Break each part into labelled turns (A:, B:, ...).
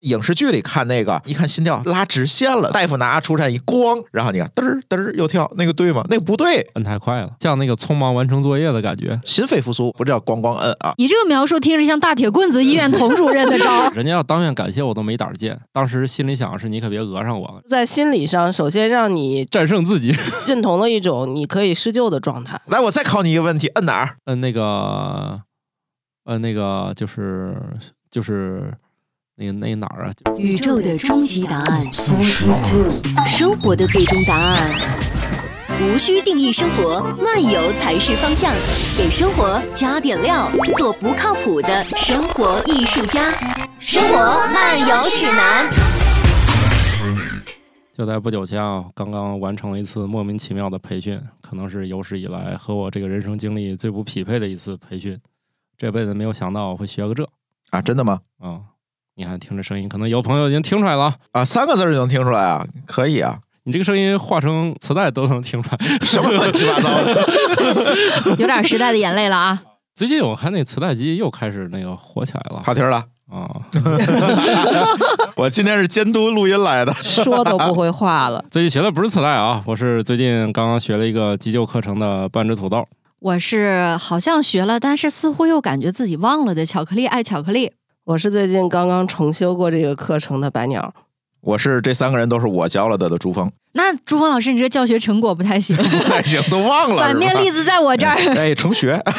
A: 影视剧里看那个，一看心跳拉直线了，大夫拿除颤仪咣，然后你看嘚儿嘚儿又跳，那个对吗？那个不对，
B: 摁太快了，像那个匆忙完成作业的感觉。
A: 心肺复苏不叫咣咣摁啊，
C: 你这个描述听着像大铁棍子医院童主任的招儿
B: 人家要当面感谢我都没胆儿见，当时心里想的是你可别讹上我，
D: 在心理上，首先让你
B: 战胜自己。
D: 认同了一种你可以施救的状态。
A: 来，我再考你一个问题，摁哪儿？
B: 摁那个，摁那个就是就是那个那哪儿啊？
E: 宇宙的终极答案，生活的最终答案。无需定义生活，漫游才是方向。给生活加点料，做不靠谱的生活艺术家。生活漫游指南。
B: 就在不久前啊，刚刚完成了一次莫名其妙的培训，可能是有史以来和我这个人生经历最不匹配的一次培训。这辈子没有想到我会学个这
A: 啊，真的吗？
B: 啊、你看，听这声音，可能有朋友已经听出来了啊，
A: 啊，三个字儿就能听出来啊，可以啊，
B: 你这个声音化成磁带都能听出来。
A: 什么乱七八糟的？
C: 有点时代的眼泪了啊！
B: 最近我看那磁带机又开始那个火起来了
A: 跑题儿了。
B: 啊！，
A: 我今天是监督录音来的，
D: 说都不会话了
B: 最近学的不是磁带啊，我是最近刚刚学了一个急救课程的半只土豆。
C: 我是好像学了，但是似乎又感觉自己忘了的巧克力爱巧克力。
D: 我是最近刚刚重修过这个课程的白鸟，
A: 我是这三个人都是我教了的的朱峰，
C: 那朱峰老师，你这教学成果不太行，
A: 不太行，都忘了。
C: 反面例
A: 子
C: 子在我这儿。
A: 哎，重学，
B: 啊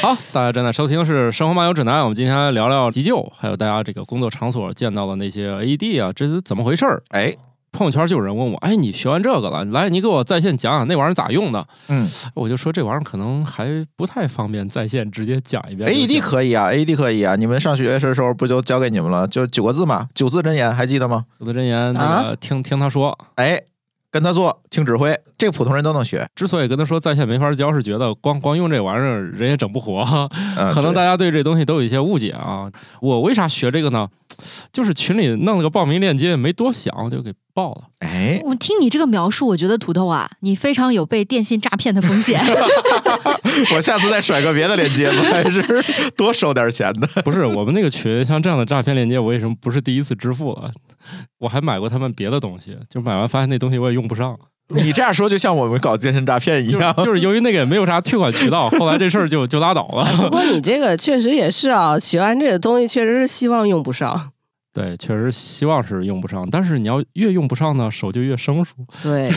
B: 好，大家正在收听是《生活漫游指南》，我们今天来聊聊急救，还有大家这个工作场所见到的那些 AED 啊，这是怎么回事儿？
A: 哎，
B: 朋友圈就有人问我，哎，你学完这个了，来，你给我在线讲讲那玩意儿咋用的？
A: 嗯
B: 我就说这玩意儿可能还不太方便在线直接讲一遍就行。
A: ，AED 可以啊，AED 可以啊，你们上学的时候不就教给你们了，就九个字嘛，九字真言，还记得吗？
B: 有的真言，那个、听听他说，
A: 哎，跟他做，听指挥，这普通人都能学。
B: 之所以跟他说在线没法教，是觉得光光用这玩意儿人也整不活，
A: 嗯
B: 可能大
A: 对
B: 家对这东西都有一些误解啊。我为啥学这个呢？就是群里弄了个报名链接，没多想就给报了。
A: 哎，
C: 我听你这个描述，我觉得土豆啊，你非常有被电信诈骗的 风险。
A: 我下次再甩个别的链 接吧，还是多收点钱的。
B: 不是我们那个群，像这样的诈骗链接，我为什么不是第一次支付了？我还买过他们别的东西，就买完发现那东西我也用不上，
A: 你这样说就像我们搞电信诈骗一
B: 就是
A: 样。
B: 就是由于那个也没有啥退款渠道，后来这事儿就就拉倒 了。
D: 不过你这个确实也是啊，学完这个东西确实是希望用不上。
B: 对，确实希望是用不上，但是你要越用不上呢，手就越生疏。
D: 对，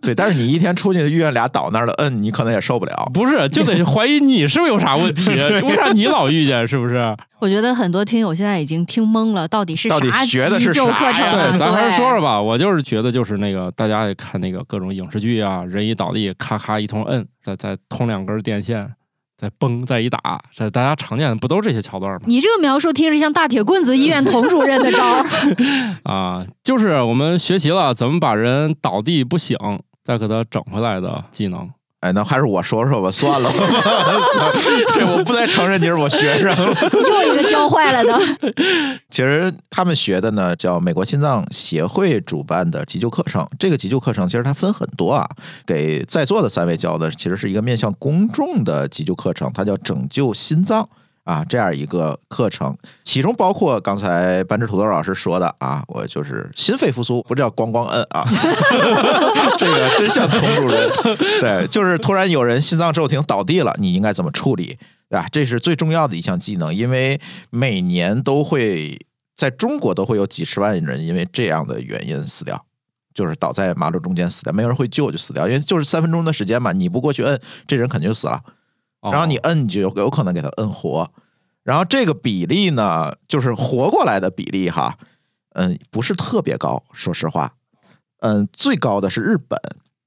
A: 对，但是你一天出去遇见俩倒那儿了，嗯，你可能也受不了。
B: 不是，就得怀疑你是不是有啥 问题？为啥你老遇见？是不是？
C: 我觉得很多听友现在已经听懵了，到底是
A: 到底
C: 啥急
A: 学的是
C: 救
A: 啥
C: 课程
A: 呀
C: 啊？
B: 对，咱还是
C: 对
B: 说说吧。我就是觉得，就是那个大家也看那个各种影视剧啊，人一倒地，咔咔一通摁，再再通两根电线，再崩，再一打，这大家常见的不都是这些桥段吗？
C: 你这个描述听着像大铁棍子医院童主任的招儿。
B: 啊，就是我们学习了怎么把人倒地不醒，再给他整回来的技能。
A: 哎，那还是我说说吧，算 了吧。这我不再承认你是我学生。
C: 又一个教坏了的。
A: 其实他们学的呢，叫美国心脏协会主办的急救课程。这个急救课程其实它分很多啊，给在座的三位教的其实是一个面向公众的急救课程，它叫“拯救心脏”啊，这样一个课程，其中包括刚才班智土豆老师说的啊，我就是心肺复苏，不是叫咣咣摁啊， 这个真像童主任。对，就是突然有人心脏骤停倒地了，你应该怎么处理？对吧？啊这是最重要的一项技能，因为每年都会在中国都会有几十万人因为这样的原因死掉，就是倒在马路中间死掉，没有人会救就死掉，因为就是三分钟的时间嘛，你不过去摁，这人肯定就死了。
B: 哦
A: 然后你摁，你就有有可能给他摁活。然后这个比例呢，就是活过来的比例哈，嗯，不是特别高，说实话，嗯，最高的是日本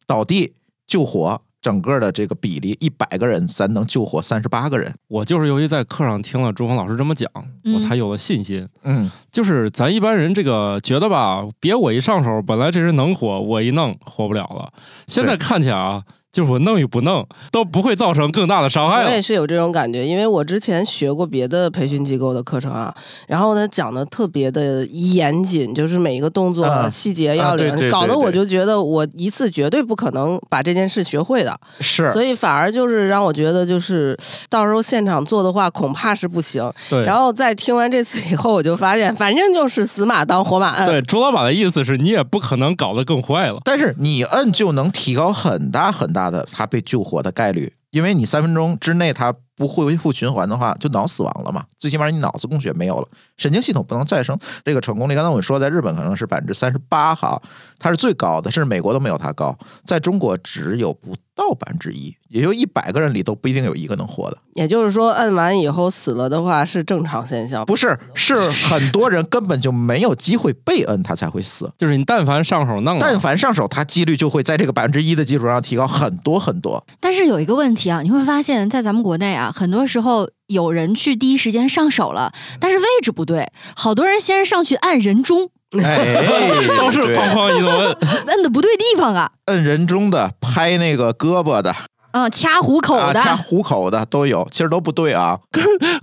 A: 倒地救活，整个的这个比例，一百个人咱能救活三十八个人。
B: 我就是由于在课上听了朱峰老师这么讲，
C: 嗯
B: 我才有了信心。
A: 嗯，
B: 就是咱一般人这个觉得吧，别我一上手，本来这人能活，我一弄活不了了。现在看起来啊，就是我弄与不弄都不会造成更大的伤害
D: 我也
B: 了。
D: 是有这种感觉，因为我之前学过别的培训机构的课程啊，然后呢讲的特别的严谨，就是每一个动作、
A: 啊
D: 细节要领，
A: 啊对对对
D: 搞得我
A: 对
D: 就觉得我一次绝对不可能把这件事学会的，
A: 是
D: 所以反而就是让我觉得就是到时候现场做的话恐怕是不行。
B: 对，
D: 然后在听完这次以后，我就发现反正就是死马当活马摁，
B: 对朱老板的意思是你也不可能搞得更坏了。
A: 但是你摁就能提高很大很大的他被救活的概率，因为你三分钟之内他不恢复循环的话，就脑死亡了嘛。最起码你脑子供血没有了，神经系统不能再生。这个成功率，刚才我说在日本可能是百分之三十八哈，它是最高的，甚至美国都没有它高，在中国只有不到百分之一，也就一百个人里都不一定有一个能活的。
D: 也就是说摁完以后死了的话是正常现象。
A: 不是，是很多人根本就没有机会被摁，他才会死。
B: 就是你但凡上手
D: 嗯
B: 弄啊了，，
A: 但凡上手，它几率就会在这个百分之一的基础上提高很多很多。
C: 但是有一个问题啊，你会发现在咱们国内啊，很多时候有人去第一时间上手了，
A: 嗯
C: 但是位置不对，好多人先上去按人中，
A: 哎
B: 都是
A: 对
B: 哐哐一顿摁。
C: 摁的不对地方啊，
A: 摁人中的、拍那个胳膊的、
C: 嗯，掐虎口
A: 啊
C: 的，
A: 掐虎口的都有，其实都不对啊。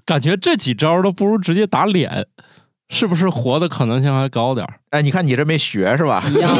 B: 感觉这几招都不如直接打脸，是不是活的可能性还高点儿？
A: 哎，你看你这没学是吧？
D: 一样。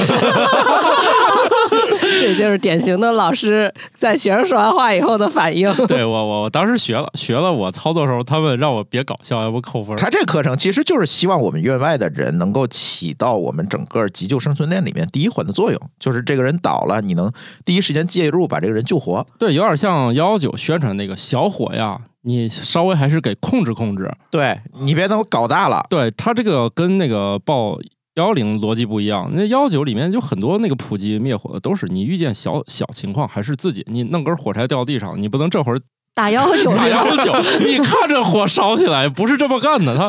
D: 这就是典型的老师在学生说完话以后的反应。
B: 对我我我当时学了学了，我操作时候他们让我别搞笑，要不扣分儿。
A: 他这个课程其实就是希望我们院外的人能够起到我们整个急救生存链里面第一环的作用，就是这个人倒了，你能第一时间介入把这个人救活。
B: 对，有点像幺幺九宣传那个小火呀，你稍微还是给控制控制。
A: 对你别等我搞大了，
B: 对他这个跟那个报幺零逻辑不一样，那幺九里面就很多那个普及灭火的都是你遇见小小情况，还是自己你弄根火柴掉地上，你不能这会儿
C: 打幺幺九
A: 哎
B: 打幺九， 你看着火烧起来不是这么干的，他，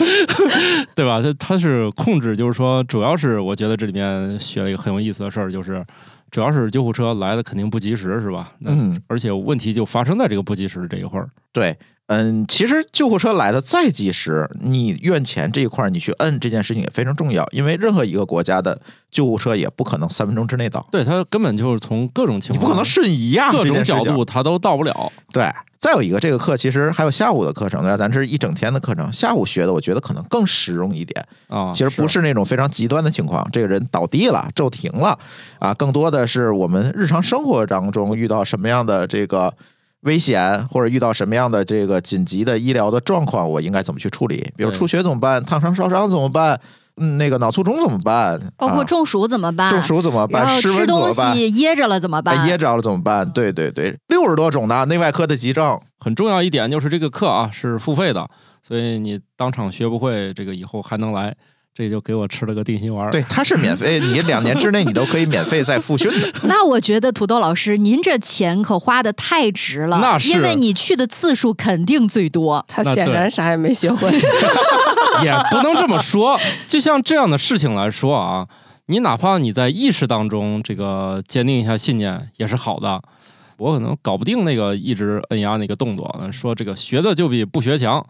B: 对吧？他他是控制，就是说，主要是我觉得这里面学了一个很有意思的事儿，就是主要是救护车来的肯定不及时，是吧？那
A: 嗯，
B: 而且问题就发生在这个不及时这一会儿。
A: 对，嗯，其实救护车来的再及时，你院前这一块儿你去摁这件事情也非常重要，因为任何一个国家的救护车也不可能三分钟之内到，
B: 对他根本就是从各种情
A: 你
B: 况，
A: 不可能瞬移呀、
B: 各
A: 这
B: 种
A: 件事
B: 角
A: 情
B: 度他都到不了。
A: 对，再有一个，这个课其实还有下午的课程对吧？咱这是一整天的课程，下午学的，我觉得可能更实用一点。
B: 啊，
A: 其实不是那种非常极端的情况，这个人倒地了、骤停了啊，更多的是我们日常生活当中遇到什么样的这个危险，或者遇到什么样的这个紧急的医疗的状况，我应该怎么去处理？比如
B: 对
A: 出血怎么办？烫伤、烧伤怎么办？嗯，那个脑卒中怎么办？
C: 包括
A: 啊
C: 中暑怎么办？
A: 中暑怎么
C: 然
A: 办？
C: 后
A: 湿
C: 吃
A: 温怎
C: 东
A: 么办？
C: 西噎着了怎么办？
A: 哎噎着了怎么办？对对对，六十多种的内外科的急症，
B: 很重要一点就是这个课啊是付费的，所以你当场学不会，这个以后还能来，这就给我吃了个定心丸儿。
A: 对，它是免费，你两年之内你都可以免费再复训的。
C: 那我觉得土豆老师，您这钱可花的太值了，
B: 那是
C: 因为你去的次数肯定最多。
D: 他
B: 那
D: 显
B: 对
D: 然啥也没学会。
B: 也不能这么说。就像这样的事情来说啊，你哪怕你在意识当中这个坚定一下信念也是好的。我可能搞不定那个一直摁压那个动作，说这个学的就比不学强。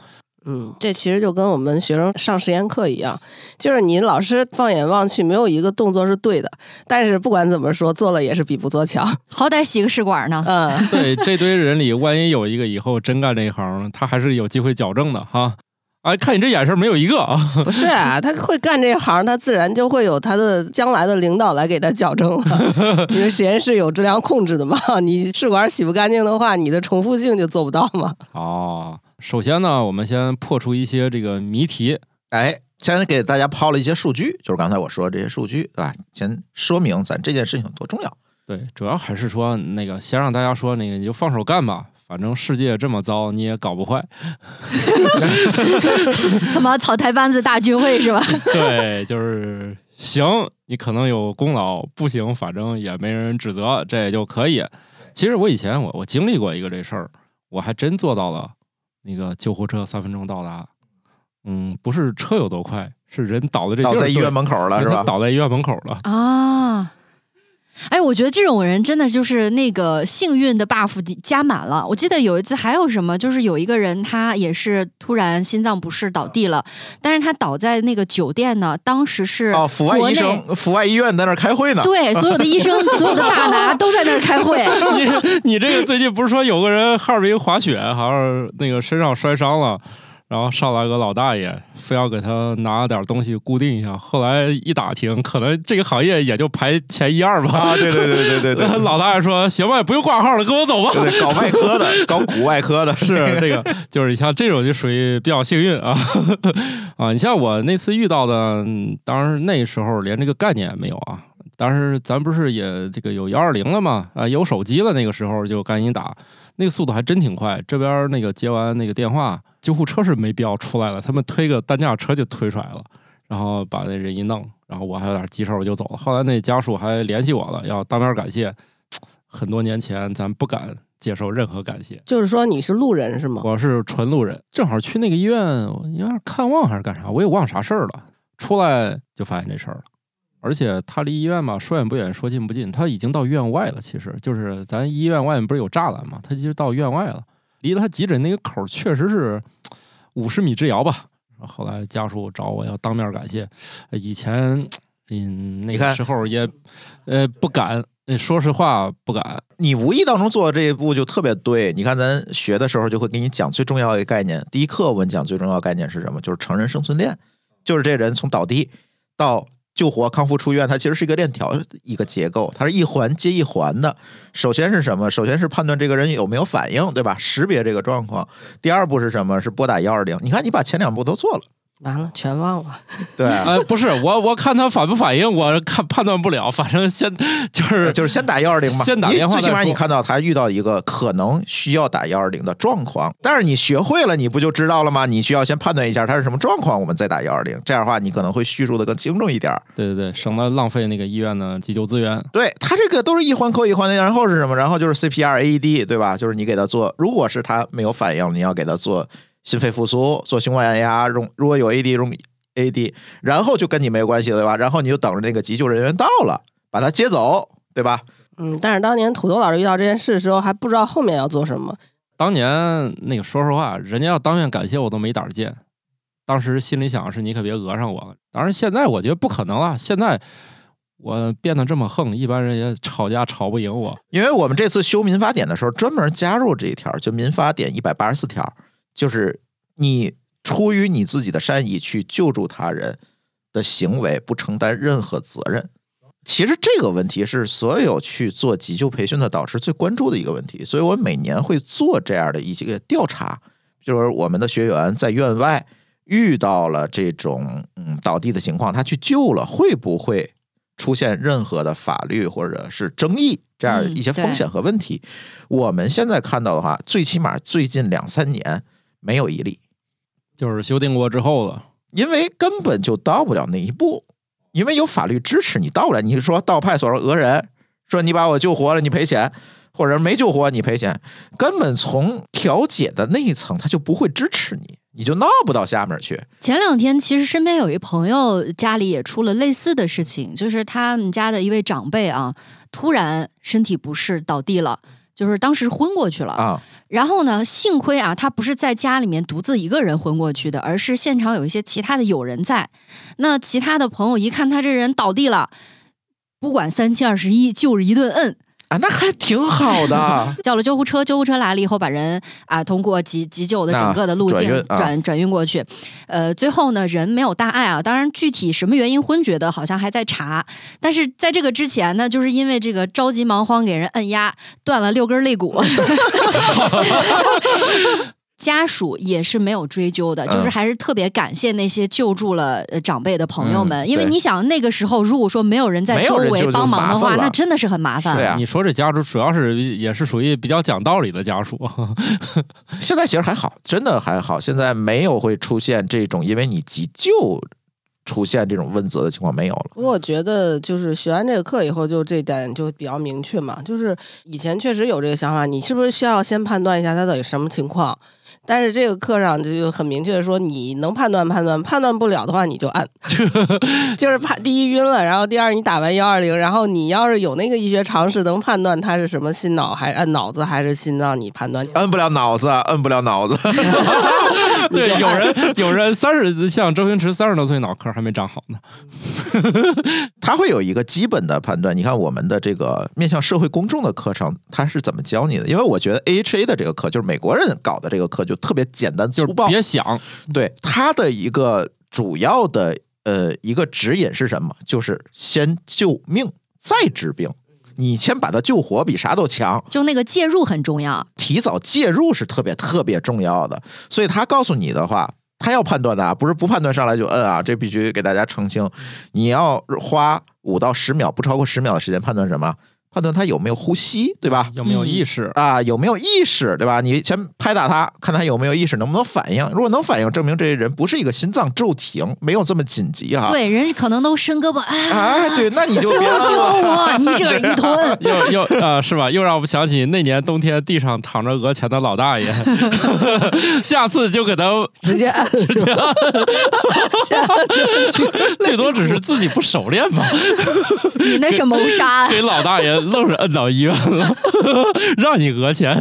D: 嗯，这其实就跟我们学生上实验课一样，就是你老师放眼望去，没有一个动作是对的，但是不管怎么说，做了也是比不做强。
C: 好歹洗个试管呢。
D: 嗯，
B: 对这堆人里，万一有一个以后真干这一行，他还是有机会矫正的哈。哎，看你这眼神，没有一个啊。
D: 不是啊，他会干这行，他自然就会有他的将来的领导来给他矫正了， 因为实验室有质量控制的嘛。 你试管洗不干净的话，你的重复性就做不到嘛。
B: 哦，首先呢，我们先破除一些这个谜题。
A: 哎，先给大家抛了一些数据，就是刚才我说的这些数据，对吧？先说明咱这件事情有多重要。
B: 对，主要还是说那个，先让大家说那个，你就放手干吧，反正世界这么糟，你也搞不坏。
C: 怎么草台班子大聚会是吧？
B: 对，就是行，你可能有功劳，不行，反正也没人指责，这也就可以。其实我以前我我经历过一个这事儿，我还真做到了，那个救护车三分钟到达。嗯，不是车有多快，是人倒在这地
A: 倒
B: 儿
A: 在医
B: 对
A: 院门口了
B: 对
A: 是
B: 他
A: 吧？
B: 倒在医院门口了。
C: 啊，哎，我觉得这种人真的就是那个幸运的 buff 加满了。我记得有一次还有什么，就是有一个人他也是突然心脏不适倒地了，但是他倒在那个酒店呢，当时是
A: 哦，阜外
C: 国
A: 医
C: 内
A: 生、阜外医院在那儿开会呢。
C: 对，所有的医生、所有的大拿都在那儿开会。
B: 你这个最近不是说有个人哈尔滨滑雪，好像那个身上摔伤了，然后上来个老大爷，非要给他拿点东西固定一下。后来一打听，可能这个行业也就排前一二吧。
A: 啊，对对对对对对
B: 老大爷说：“行吧，不用挂号了，跟我走吧。
A: 对对，搞外科的，搞骨外科的，
B: 是这个，就是你像这种就属于比较幸运啊 啊！你像我那次遇到的，嗯当然那时候连这个概念没有啊。当时咱不是也这个有幺二零了嘛？啊，有手机了，那个时候就赶紧打，那个速度还真挺快。这边那个接完那个电话，救护车是没必要出来了，他们推个担架车就推出来了，然后把那人一弄，然后我还有点急事儿我就走了。后来那家属还联系我了，要当面感谢。很多年前咱不敢接受任何感谢，
D: 就是说你是路人是吗？
B: 我是纯路人，正好去那个医院，我应该是看望还是干啥，我也忘啥事儿了。出来就发现这事儿了，而且他离医院吧说远不远，说近不近，他已经到院外了。其实就是咱医院外面不是有栅栏嘛，他其实到院外了，离他急诊那个口儿确实是五十米之遥吧。后来家属找我要当面感谢，呃以前嗯那
A: 你
B: 个
A: 看
B: 时候也呃不敢，呃说实话不敢，
A: 你无意当中做的这一步就特别对。你看，咱学的时候就会给你讲最重要的一个概念。第一课我们讲最重要的概念是什么？就是成人生存链，就是这人从倒地到救活、康复、出院，它其实是一个链条、一个结构，它是一环接一环的。首先是什么？首先是判断这个人有没有反应，对吧？识别这个状况。第二步是什么？是拨打幺二零。你看，你把前两步都做了，
D: 完了，全忘了。
A: 对 啊。
B: 呃，不是我，我看他反不反应，我看判断不了。反正先就是
A: 呃 就是先打幺二零嘛，
B: 先打
A: 因为
B: 电话
A: 最起
B: 再
A: 码
B: 说
A: 你看到他遇到一个可能需要打幺二零的状况，但是你学会了，你不就知道了吗？你需要先判断一下他是什么状况，我们再打幺二零。这样的话，你可能会叙述的更轻重一点儿。
B: 对对对，省得浪费那个医院的急救资源。
A: 对他这个都是一环扣一环的，然后是什么？然后就是 CPR、AED，对 E 吧？就是你给他做，如果是他没有反应，你要给他做心肺复苏，做胸外压，用如果有 E AED 用 AED，然后就跟你没有关系了，对吧？然后你就等着那个急救人员到了，把他接走，对吧？
D: 嗯，但是当年土豆老师遇到这件事的时候，还不知道后面要做什么。
B: 当年那个，说实话，人家要当面感谢我都没胆儿见。当时心里想的是，你可别讹上我了。当然，现在我觉得不可能了。现在我变得这么横，一般人也吵架吵不赢我。
A: 因为我们这次修民法典的时候，专门加入这一条，就民法典一百八十四条，就是你出于你自己的善意去救助他人的行为，不承担任何责任。其实这个问题是所有去做急救培训的导师最关注的一个问题，所以我每年会做这样的一些调查，就是我们的学员在院外遇到了这种嗯倒地的情况，他去救了，会不会出现任何的法律或者是争议这样一些
C: 嗯对
A: 风险和问题？我们现在看到的话，最起码最近两三年没有一例，
B: 就是修订过之后了，
A: 因为根本就到不了那一步，因为有法律支持你到不了。你说到派出所讹人，说你把我救活了，你赔钱，或者没救活你赔钱，根本从调解的那一层他就不会支持你，你就闹不到下面去。
C: 前两天其实身边有一朋友家里也出了类似的事情，就是他们家的一位长辈啊，突然身体不适倒地了，就是当时昏过去了。
A: 啊，
C: 然后呢，幸亏啊，他不是在家里面独自一个人昏过去的，而是现场有一些其他的友人在。那其他的朋友一看他这人倒地了，不管三七二十一，就是一顿摁。。
A: 啊，那还挺好的
C: 叫了救护车，救护车来了以后，把人啊通过急急救的整个的路径
A: 那转运啊
C: 转转运过去。呃，最后呢，人没有大碍啊。当然，具体什么原因昏厥的，好像还在查。但是在这个之前呢，就是因为这个着急忙慌给人按压，断了六根 肋骨。家属也是没有追究的，就是
A: 嗯
C: 还是特别感谢那些救助了呃长辈的朋友们，
A: 嗯
C: 因为
A: 对
C: 你想那个时候如果说没有人在
A: 没
C: 周
A: 有人
C: 围
A: 救就
C: 帮忙的
A: 麻
C: 话，
A: 烦了
C: 那真的是很麻烦。
A: 对啊
B: 你说这家属主要是也是属于比较讲道理的家属，
A: 现在其实还好，真的还好，现在没有会出现这种因为你急救出现这种问责的情况没有了。
D: 不过我觉得，就是学完这个课以后，就这点就比较明确嘛。就是以前确实有这个想法，你是不是需要先判断一下他到底什么情况？但是这个课上就很明确的说，你能判断判断，判断不了的话你就 按，就是怕第一晕了，然后第二你打完幺二零，然后你要是有那个医学常识，能判断它是什么心脑还按脑子还是心脏，你判断。
A: 摁不了脑子，摁不了脑子。
B: 对， 有人有人三十，像周星驰三十多岁脑壳还没长好呢。
A: 他会有一个基本的判断。你看我们的这个面向社会公众的课程，他是怎么教你的？因为我觉得 H A 的这个课，就是美国人搞的这个课，就特别简单
B: 就
A: 粗
B: 是
A: 暴。
B: 别想，
A: 对他的一个主要的呃一个指引是什么？就是先救命，再治病。你先把他救活，比啥都强。
C: 就那个介入很重要。
A: 提早介入是特别特别重要的。所以他告诉你的话，他要判断的啊，不是不判断上来就摁啊，这必须给大家澄清。你要花五到十秒，不超过十秒的时间判断什么？判断他有没有呼吸，对吧？
B: 有没有
C: 嗯
B: 意识？
A: 啊，有没有意识，对吧？你先拍打他，看他有没有意识，能不能反应。如果能反应，证明这人不是一个心脏骤停，没有这么紧急哈。
C: 对，人可能都伸胳膊，
A: 哎，
C: 啊，
A: 对，那你就别
C: 救
A: 摁了。
C: 我！你这一吞，
B: 又又啊、是吧？又让我们想起那年冬天地上躺着鹅钱的老大爷，下次就给他
D: 直接按，直接按，
B: 最多只是自己不熟练吧，
C: 你那是谋杀。啊
B: 给老大爷愣是摁到医院了， 让你讹钱。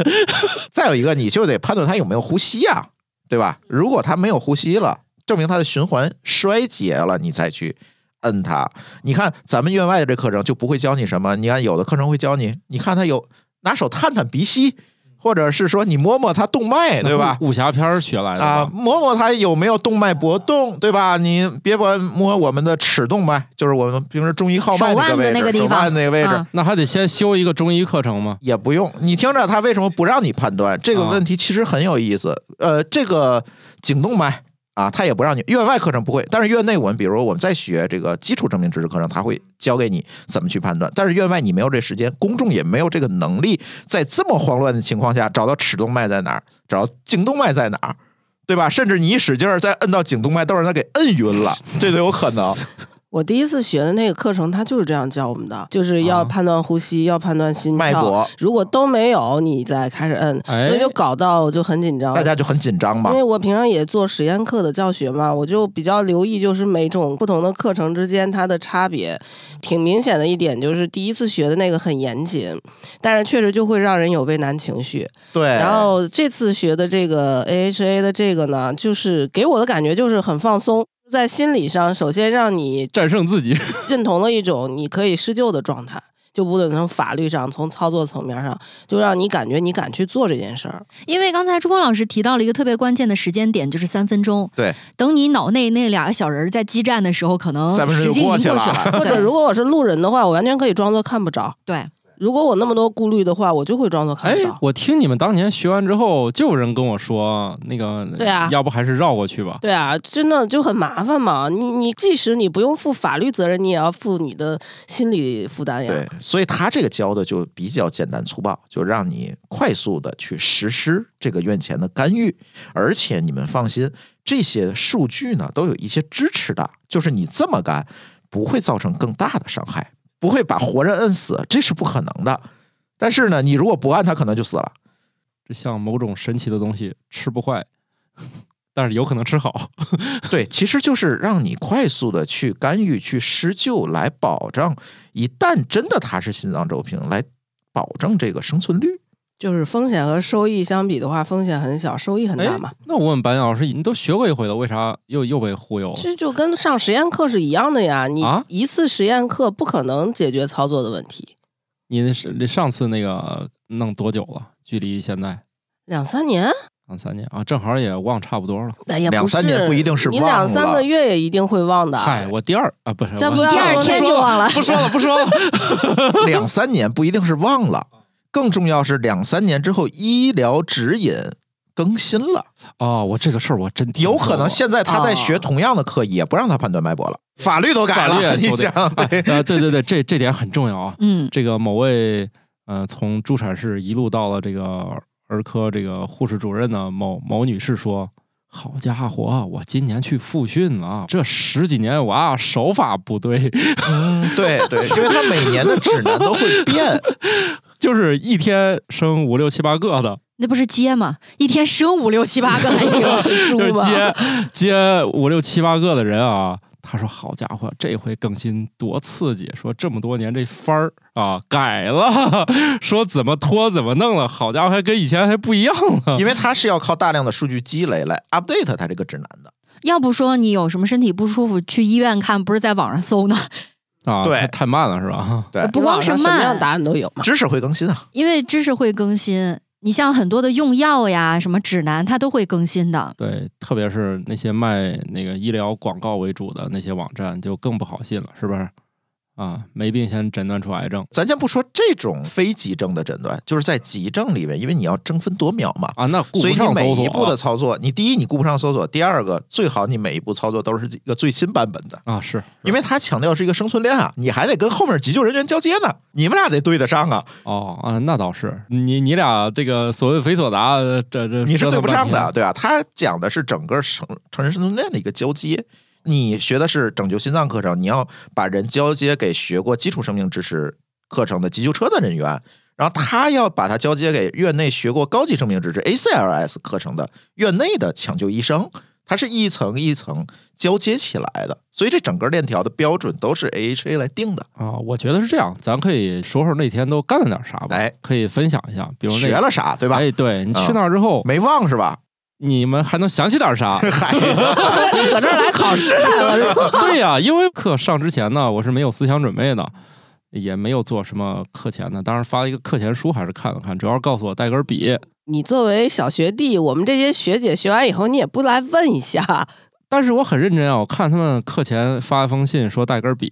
A: 再有一个，你就得判断他有没有呼吸呀、对吧？如果他没有呼吸了，证明他的循环衰竭了，你再去摁他。你看咱们院外的这课程就不会教你什么，你看有的课程会教你，你看他有拿手探探鼻息，或者是说你摸摸他动 脉，对吧？
B: 武侠片儿学来的
A: 啊，
B: 吧，
A: 摸摸它有没有动脉搏动，对吧？你别管摸我们的尺动脉，就是我们平时中医号脉
C: 手
A: 那
C: 腕
A: 个
C: 子
A: 位置，
C: 那个地
A: 手
C: 方
A: 腕那个位置，
D: 啊
C: 嗯
B: 那还得先修一个中医课程吗？
A: 也不用。你听着，他为什么不让你判断这个
B: 啊
A: 问题？其实很有意思。呃，这个颈动脉啊，他也不让你院外课程不会，但是院内我们比如我们在学这个基础证明知识课程，他会教给你怎么去判断。但是院外你没有这时间，公众也没有这个能力，在这么慌乱的情况下找到尺动脉在哪儿，找到颈动脉在哪儿。对吧？甚至你一使劲儿再摁到颈动脉，都让他给摁晕了，这都有可能。
D: 我第一次学的那个课程，他就是这样教我们的，就是要
B: 啊
D: 判断呼吸，要判断心
A: 脉
D: 跳
A: 搏，
D: 如果都没有，你再开始摁，
B: 哎
D: 所以就搞到我就很紧张。
A: 大家就很紧张嘛
D: 因。为我平常也做实验课的教学嘛，我就比较留意，就是每种不同的课程之间它的差别。挺明显的一点就是，第一次学的那个很严谨，但是确实就会让人有畏难情绪。
A: 对，
D: 然后这次学的这个 AHA 的这个呢，就是给我的感觉就是很放松，在心理上首先让你
B: 战胜自己，
D: 认同了一种你可以施救的状态。就不论从法律上，从操作层面上，就让你感觉你敢去做这件事儿。
C: 因为刚才朱峰老师提到了一个特别关键的时间点，就是三分钟。
A: 对，
C: 等你脑内那俩小人儿在激战的时候，可能
A: 三分钟
C: 时
A: 就
C: 间已经
A: 过去
C: 过
A: 了
C: 了。
D: 或者
C: 对
D: 如果我是路人的话，我完全可以装作看不着。
C: 对，
D: 如果我那么多顾虑的话，我就会装作看
B: 哎
D: 不到。，
B: 我听你们当年学完之后，就有人跟我说，那个，
D: 对啊
B: 要不还是绕过去吧。
D: 对啊，真的就很麻烦嘛。你你即使你不用负法律责任，你也要负你的心理负担呀。
A: 对，所以他这个教的就比较简单粗暴，就让你快速的去实施这个院前的干预，而且你们放心，这些数据呢都有一些支持的，就是你这么干不会造成更大的伤害，不会把活人摁死，这是不可能的。但是呢，你如果不按，他可能就死了。
B: 这像某种神奇的东西，吃不坏，但是有可能吃好。
A: 对，其实就是让你快速的去干预、去施救，来保障一旦真的他是心脏骤停，来保证这个生存率。
D: 就是风险和收益相比的话，风险很小，收益很大嘛。
B: 哎那我问白岩老师，你都学过一回了，为啥又又被忽悠了？
D: 这就跟上实验课是一样的呀。你
B: 哦啊
D: 一次实验课不可能解决操作的问题，
B: 你那是上次那个弄多久了？距离现在
D: 两三年，
B: 两三年啊，正好也忘差不多了。
D: 哎呀，
A: 两三年不一定是
D: 你
A: 忘
D: 两三
A: 了
D: 个月也一定会忘的。
B: 嗨，我第二啊，不是，
D: 咱
B: 我
D: 不要
C: 第二
D: 说
C: 天
D: 那
C: 就
D: 种
C: 忘了。
B: 不说了，不说了。
A: 两三年不一定是忘了，更重要是两三年之后医疗指引更新了，
B: 哦，我这个事儿我真听
A: 有
B: 说
A: 可能
B: 过
A: 现在他在学同样的课，也不让他判断脉搏了，法律都改
B: 法律
A: 了，
B: 也
A: 你
B: 修
A: 想
B: 订
A: 对。
B: 啊，对对对，这这点很重要啊。
C: 嗯，
B: 这个某位呃，从助产士一路到了这个儿科这个护士主任的某某女士说：“好家伙，啊我今年去复训了啊，这十几年我啊手法不对，
A: 嗯，对对，因为他每年的指南都会变，
B: 就是一天生五六七八个的，
C: 那不是接吗？一天生五六七八个还行，啊
D: 猪
B: 就是
D: 吧？
B: 接接五六七八个的人啊。他说：“好家伙，这回更新多刺激！说这么多年这番儿啊改了， 说怎么拖怎么弄了，好家伙，还跟以前还不一样了。
A: 因为它是要靠大量的数据积累来 update 它这个指南的。
C: 要不说你有什么身体不舒服去医院看，不是在网上搜呢？
B: 啊，
A: 对
B: 太太慢了是吧？
A: 对，
C: 不光是
D: 网上什么样
C: 慢，
D: 答案都有嘛。
A: 知识会更新啊，
C: 因为知识会更新。你像很多的用药呀、什么指南，它都会更新的。
B: 对，特别是那些卖那个医疗广告为主的那些网站，就更不好信了，是不是？啊，没病先诊断出癌症
A: 咱先不说这种非急症的诊断，就是在急症里面，因为你要争分夺秒嘛，
B: 啊，那顾
A: 所
B: 不
A: 以
B: 上
A: 你每
B: 搜索
A: 一步的
B: 啊
A: 操作，你第一你顾不上搜索，第二个最好你每一步操作都是一个最新版本的，
B: 啊，是
A: 因为它强调是一个生存链啊，你还得跟后面急救人员交接呢，你们俩得对得上啊，
B: 哦啊，那倒是你你俩这个所问非所答，这这
A: 你是对
B: 折腾
A: 不
B: 半
A: 上
B: 天
A: 的，对吧？他讲的是整个成成人生存链的一个交接。你学的是拯救心脏课程，你要把人交接给学过基础生命知识课程的急救车的人员，然后他要把它交接给院内学过高级生命知识 ACLS 课程的院内的抢救医生，它是一层一层交接起来的，所以这整个链条的标准都是 AHA 来定的。
B: 啊，我觉得是这样，咱可以说说那天都干了点啥吧，
A: 哎，
B: 可以分享一下，比如那
A: 学了啥，对吧？
B: 哎，对你
A: 啊
B: 去那儿之后，
A: 没忘是吧？
B: 你们还能想起点 啥？
A: 嗨，
D: 搁这儿来考试 来了，是吧？
B: 对呀、因为课上之前呢，我是没有思想准备的，也没有做什么课前的，当然发了一个课前书还是看了看，主要是告诉我带根笔。
D: 你作为小学弟，我们这些学姐学完以后，你也不来问一下，
B: 但是我很认真啊，我看他们课前发一封信说带根 笔，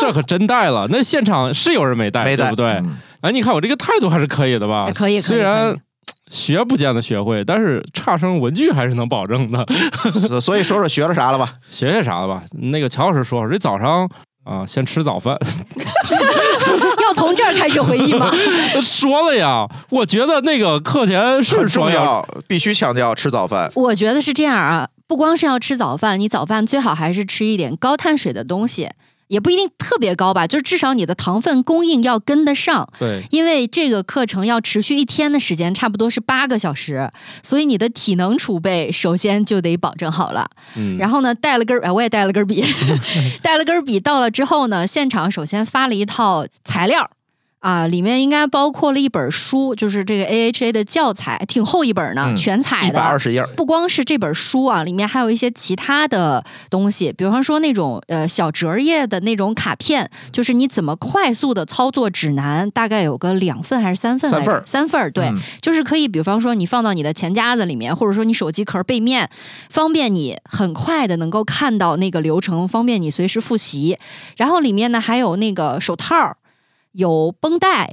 B: 这可真带了。那现场是有人没带，
A: 没带
B: 对不对？
A: 嗯
B: 哎，你看我这个态度还是可以的吧
C: 哎？可以可以
B: 虽
C: 可
B: 然
C: 以
B: 学不见得学会，但是差生文具还是能保证的。
A: 所所以说说学了啥了吧？
B: 学学啥吧？那个乔老师说，这早上啊、先吃早饭，
C: 要从这儿开始回忆吗？
B: 说了呀。我觉得那个课前是
A: 很
B: 说
A: 重
B: 要
A: 要，必须强调吃早饭。
C: 我觉得是这样啊，不光是要吃早饭，你早饭最好还是吃一点高碳水的东西，也不一定特别高吧，就是至少你的糖分供应要跟得上。
B: 对
C: 因为这个课程要持续一天的时间，差不多是八个小时，所以你的体能储备首先就得保证好了。
B: 嗯
C: 然后呢，带了根儿，哎我也带了根 儿笔，带了根儿笔到了之后呢，现场首先发了一套材料儿。啊，里面应该包括了一本书，就是这个 AHA 的教材，挺厚一本呢，
A: 嗯
C: 全彩
A: 一
C: 的，
A: 百二十页儿，
C: 不光是这本书啊，里面还有一些其他的东西，比方说那种呃小折页的那种卡片，就是你怎么快速的操作指南，大概有个两份还是三份来着？
A: 三份儿
C: 三份儿，对，
A: 嗯
C: 就是可以，比方说你放到你的钱夹子里面，或者说你手机壳背面，方便你很快的能够看到那个流程，方便你随时复习。然后里面呢还有那个手套儿，有绷带，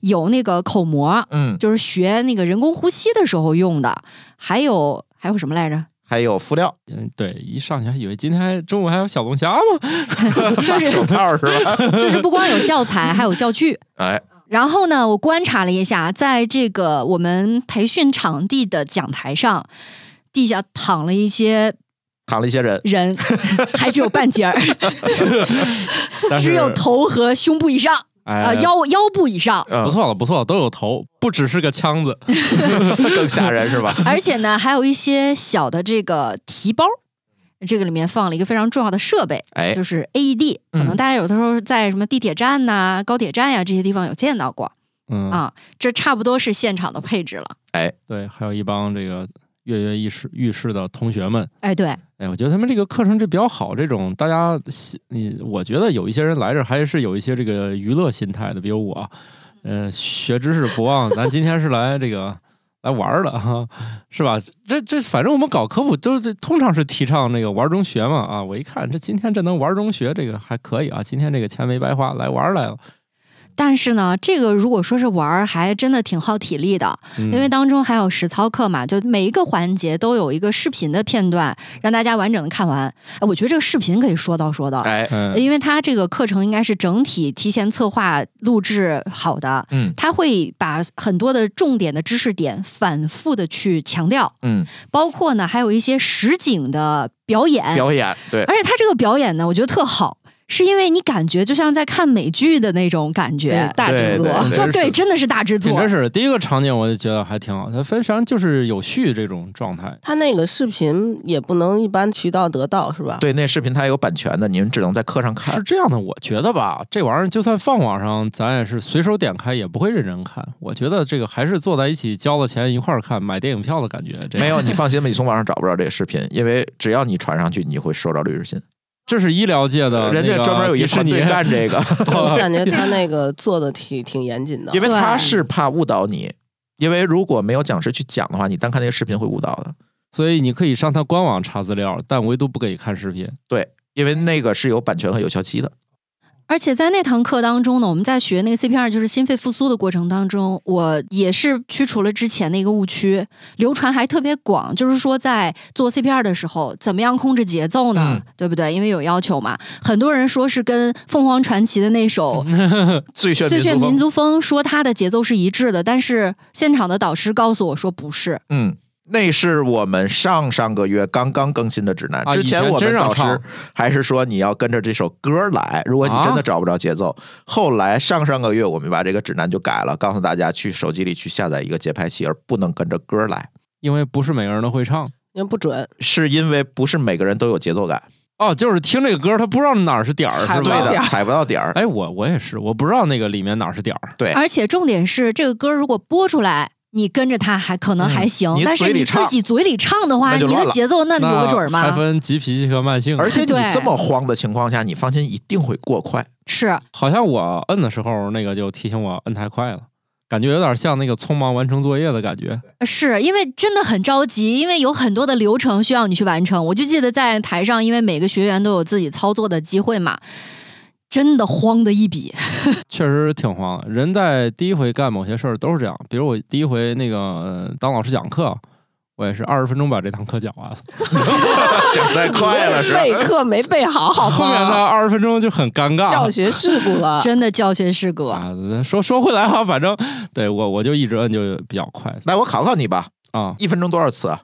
C: 有那个口膜，
A: 嗯，
C: 就是学那个人工呼吸的时候用的，还有还有什么 来着？
A: 还有敷料、
B: 嗯对，一上学还以为今天还中午还有小龙虾吗？
A: 发手套是吧？
C: 就是不光有教材，还有教具。
A: 哎，
C: 然后呢，我观察了一下，在这个我们培训场地的讲台上，地下躺了一些
A: 躺了一些 人，
C: 人，还只有半截儿，
B: 但是
C: 只有头和胸部以上，
B: 哎、
C: 啊，腰腰部以上。
A: 嗯
B: 不，错了不错了，都有头，不只是个腔子。
A: 更吓人是吧？
C: 而且呢，还有一些小的这个提包，这个里面放了一个非常重要的设备，
A: 哎
C: 就是 AED。可
B: 嗯
C: 能大家有的时候在什么地铁站呐、高铁站呀、这些地方有见到过
B: 嗯，
C: 啊，这差不多是现场的配置了。
B: 对，还有一帮这个跃跃欲试欲试的同学们。
C: 哎，对，
B: 哎，我觉得他们这个课程这比较好，这种大家心，你我觉得有一些人来这儿还是有一些这个娱乐心态的，比如我，呃，学知识不忘，咱今天是来这个来玩儿的哈，是吧？这这反正我们搞科普都是通常是提倡那个玩中学嘛啊，我一看这今天这能玩中学，这个还可以啊，今天这个钱没白花，来玩儿来了，
C: 但是呢，这个如果说是玩儿，还真的挺耗体力的，
B: 嗯、
C: 因为当中还有实操课嘛，就每一个环节都有一个视频的片段，让大家完整的看完。哎，我觉得这个视频可以说道说道。
A: 哎，
B: 嗯
C: 呃因为它这个课程应该是整体提前策划、录制好的，
A: 嗯
C: 他会把很多的重点的知识点反复的去强调，
A: 嗯，
C: 包括呢还有一些实景的表演，
A: 表演对，
C: 而且他这个表演呢，我觉得特好。是因为你感觉就像在看美剧的那种感觉
D: 对，大制作
A: 对
C: 就对，
A: 是
C: 真的是大制
B: 简
C: 作
B: 直。是第一个场景，我就觉得还挺好。它非常就是有序这种状态，
D: 他那个视频也不能一般渠道得到是吧？
A: 对，那视频它有版权的，你们只能在课上
B: 是
A: 看。
B: 这样的。我觉得吧，这玩意儿就算放网上，咱也是随手点开，也不会认真看。我觉得这个还是坐在一起交了钱一块儿看，买电影票的感觉。这
A: 没有，你放心吧，你从网上找不着这个视频，因为只要你传上去，你会收到律师信。
B: 这是医疗界呃的那个
A: 人
B: 迪士尼，
A: 家专门有一
B: 是
A: 团
B: 你
A: 队干这个，
D: 我感觉他那个做的挺挺严谨的
A: 因，为他
C: 对
A: 是怕误导你。因为如果没有讲师去讲的话，你单看那个视频会误导的。
B: 所以你可以上他官网查资料，但唯独不可以看视频。
A: 对，因为那个是有版权和有效期的。
C: 而且在那堂课当中呢，我们在学那个 CPR，就是心肺复苏的过程当中，我也是驱除了之前的一个误区，流传还特别广，就是说在做 CPR 的时候，怎么样控制节奏呢？
A: 嗯
C: 对不对？因为有要求嘛。很多人说是跟凤凰传奇的那首
A: 嗯最炫
C: 《最炫
A: 风
C: 民族风》说它的节奏是一致的，但是现场的导师告诉我说不是。
A: 嗯，那是我们上上个月刚刚更新的指南。
B: 啊
A: 之前
B: 以前
A: 我
B: 真
A: 们
B: 让
A: 导师
B: 唱
A: 还是说你要跟着这首歌来，如果你真的
B: 啊
A: 找不着节奏，后来上上个月我们把这个指南就改了，告诉大家去手机里去下载一个节拍器，而不能跟着歌来，
B: 因为不是每个人都会唱
D: 因为不准，
A: 是因为不是每个人都有节奏感，
B: 哦，就是听这个歌，他不知道哪儿是点儿，
D: 踩
B: 是
D: 不
A: 对
D: 到
B: 吧？
A: 的
D: 点，儿
A: 踩不到点儿。
B: 哎，我我也是，我不知道那个里面哪儿是点儿。
A: 对
C: 而且重点是，这个歌如果播出来，你跟着它还可能还行，
A: 嗯你
C: 但是
A: 嘴里
C: 你
A: 唱
C: 自己嘴里唱的话，
A: 那就
C: 你
A: 乱
C: 的
A: 了
C: 节奏那有个准儿
B: 那还
C: 吗？
B: 分急脾气和慢性。
A: 而且你
C: 对
A: 这么慌的情况下，你放心，一定会过快。
C: 是，
B: 好像我摁的时候，那个就提醒我摁太快了，感觉有点像那个匆忙完成作业的感觉。
C: 是因为真的很着急，因为有很多的流程需要你去完成。我就记得在台上，因为每个学员都有自己操作的机会嘛，真的慌的一笔。
B: 确实挺慌的。人在第一回干某些事儿都是这样，比如我第一回那个、呃当老师讲课，我也是二十分钟把这堂课讲完了，
A: 讲太快了是吧？
D: 备课没备 好，好
B: 后面
D: 吗？
B: 的二十分钟就很尴尬。
D: 教学事故 了，
C: 真的教学事故，
B: 啊，说说回来啊，反正对我我就一直摁就比较快
A: 来，我考考你吧，
B: 啊，
A: 一分钟多少次啊？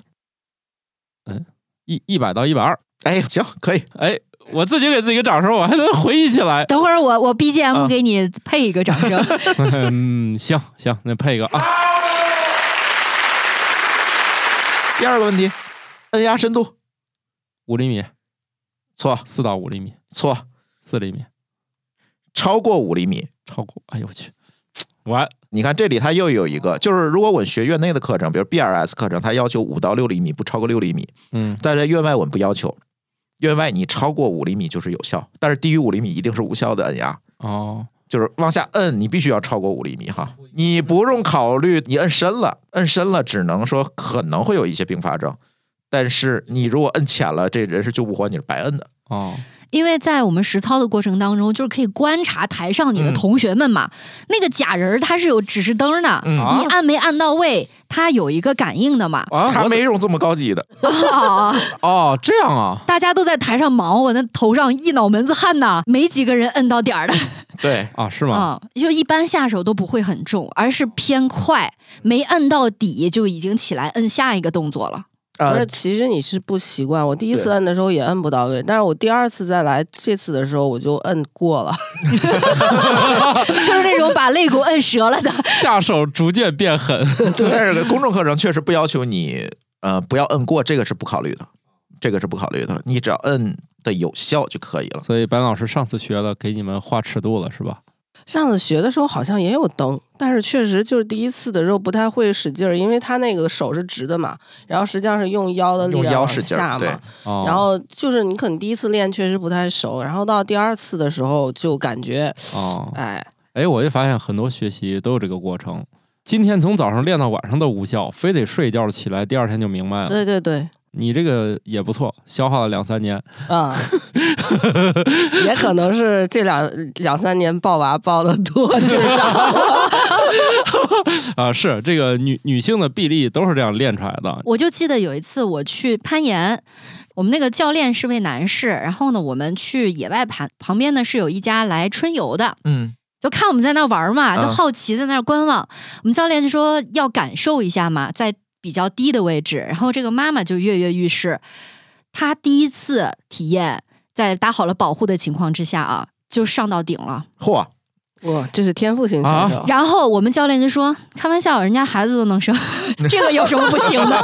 B: 一一百到一百二，
A: 哎，行，可以。
B: 哎，我自己给自己个掌声，我还能回忆起 来。
C: 等会儿我我 BGM
A: 啊
C: 给你配一个掌声。
B: 嗯，行行，那配一个啊，
A: 第二个问题，摁压深度
B: 五厘米，
A: 错
B: 四到五厘米，
A: 错，
B: 四厘米，
A: 超过五厘米。
B: 超过，哎呦我去，完，
A: 你看这里它又有一个，就是如果我们学院内的课程，比如 BRS 课程，它要求五到六厘米，不超过六厘米，
B: 嗯，
A: 但在院外我们不要求。院外你超过五厘米就是有效，但是低于五厘米一定是无效的摁压，
B: 哦，
A: 就是往下摁，你必须要超过五厘米哈。你不用考虑你摁深了，摁深了只能说可能会有一些并发症，但是你如果摁浅了，这人是救不活，你是白摁的。
B: 哦，
C: 因为在我们实操的过程当中，就是可以观察台上你的同学们嘛，那个假人儿他是有指示灯儿的，
A: 嗯
B: 啊
C: 你按没按到位，他有一个感应的嘛。
B: 啊，
A: 他
B: 我
A: 没用这么高级的，
C: 啊
B: 哦，这样啊，
C: 大家都在台上忙，我那头上一脑门子汗呐，没几个人摁到点儿的
A: 对，
B: 啊，是吗？
C: 啊、就一般下手都不会很重，而是偏快，没摁到底就已经起来摁下一个动作了。
A: 啊
D: 不是，其实你是不习惯。我第一次
A: 对
D: 摁的时候也摁不到位，但是我第二次再来这次的时候我就摁过了。
C: 就是那种把肋骨摁折了的，
D: 嗯
B: 下手逐渐变狠，
A: 呃但是公众课程确实不要求你呃不要摁过，这个是不考虑的，这个是不考虑的，你只要摁的有效就可以了。
B: 所以白老师上次学了，给你们画尺度了是吧？
D: 上次学的时候好像也有灯，但是确实就是第一次的时候不太会使劲儿，因为他那个手是直的嘛，然后实际上是用腰的力
A: 用
D: 量
A: 腰
D: 往
A: 使劲儿
D: 下
A: 对
D: 嘛，
B: 哦，
D: 然后就是你可能第一次练确实不太熟，然后到第二次的时候就感觉，
B: 哦，
D: 哎，
B: 哎，我就发现很多学习都有这个过程。今天从早上练到晚上都无效，非得睡一觉起来，第二天就明白了。
D: 对对对，
B: 你这个也不错，消耗了两三年。
D: 啊、也可能是这两两三年抱娃抱的多，就是这 样
B: 啊，是这个女女性的臂力都是这样练出来的。
C: 我就记得有一次我去攀岩，我们那个教练是位男士，然后呢，我们去野外攀，旁边呢是有一家来春游的，
A: 嗯，
C: 就看我们在那儿玩嘛，
A: 嗯
C: 就好奇在那儿观望。我们教练就说要感受一下嘛，在比较低的位置，然后这个妈妈就跃跃欲试，她第一次体验。在打好了保护的情况之下啊，就上到顶了。
A: 嚯，
D: 哇，这是天赋型选
A: 哦
D: 手，
C: 然后我们教练就说：“开玩笑，人家孩子都能生，这个有什么不行的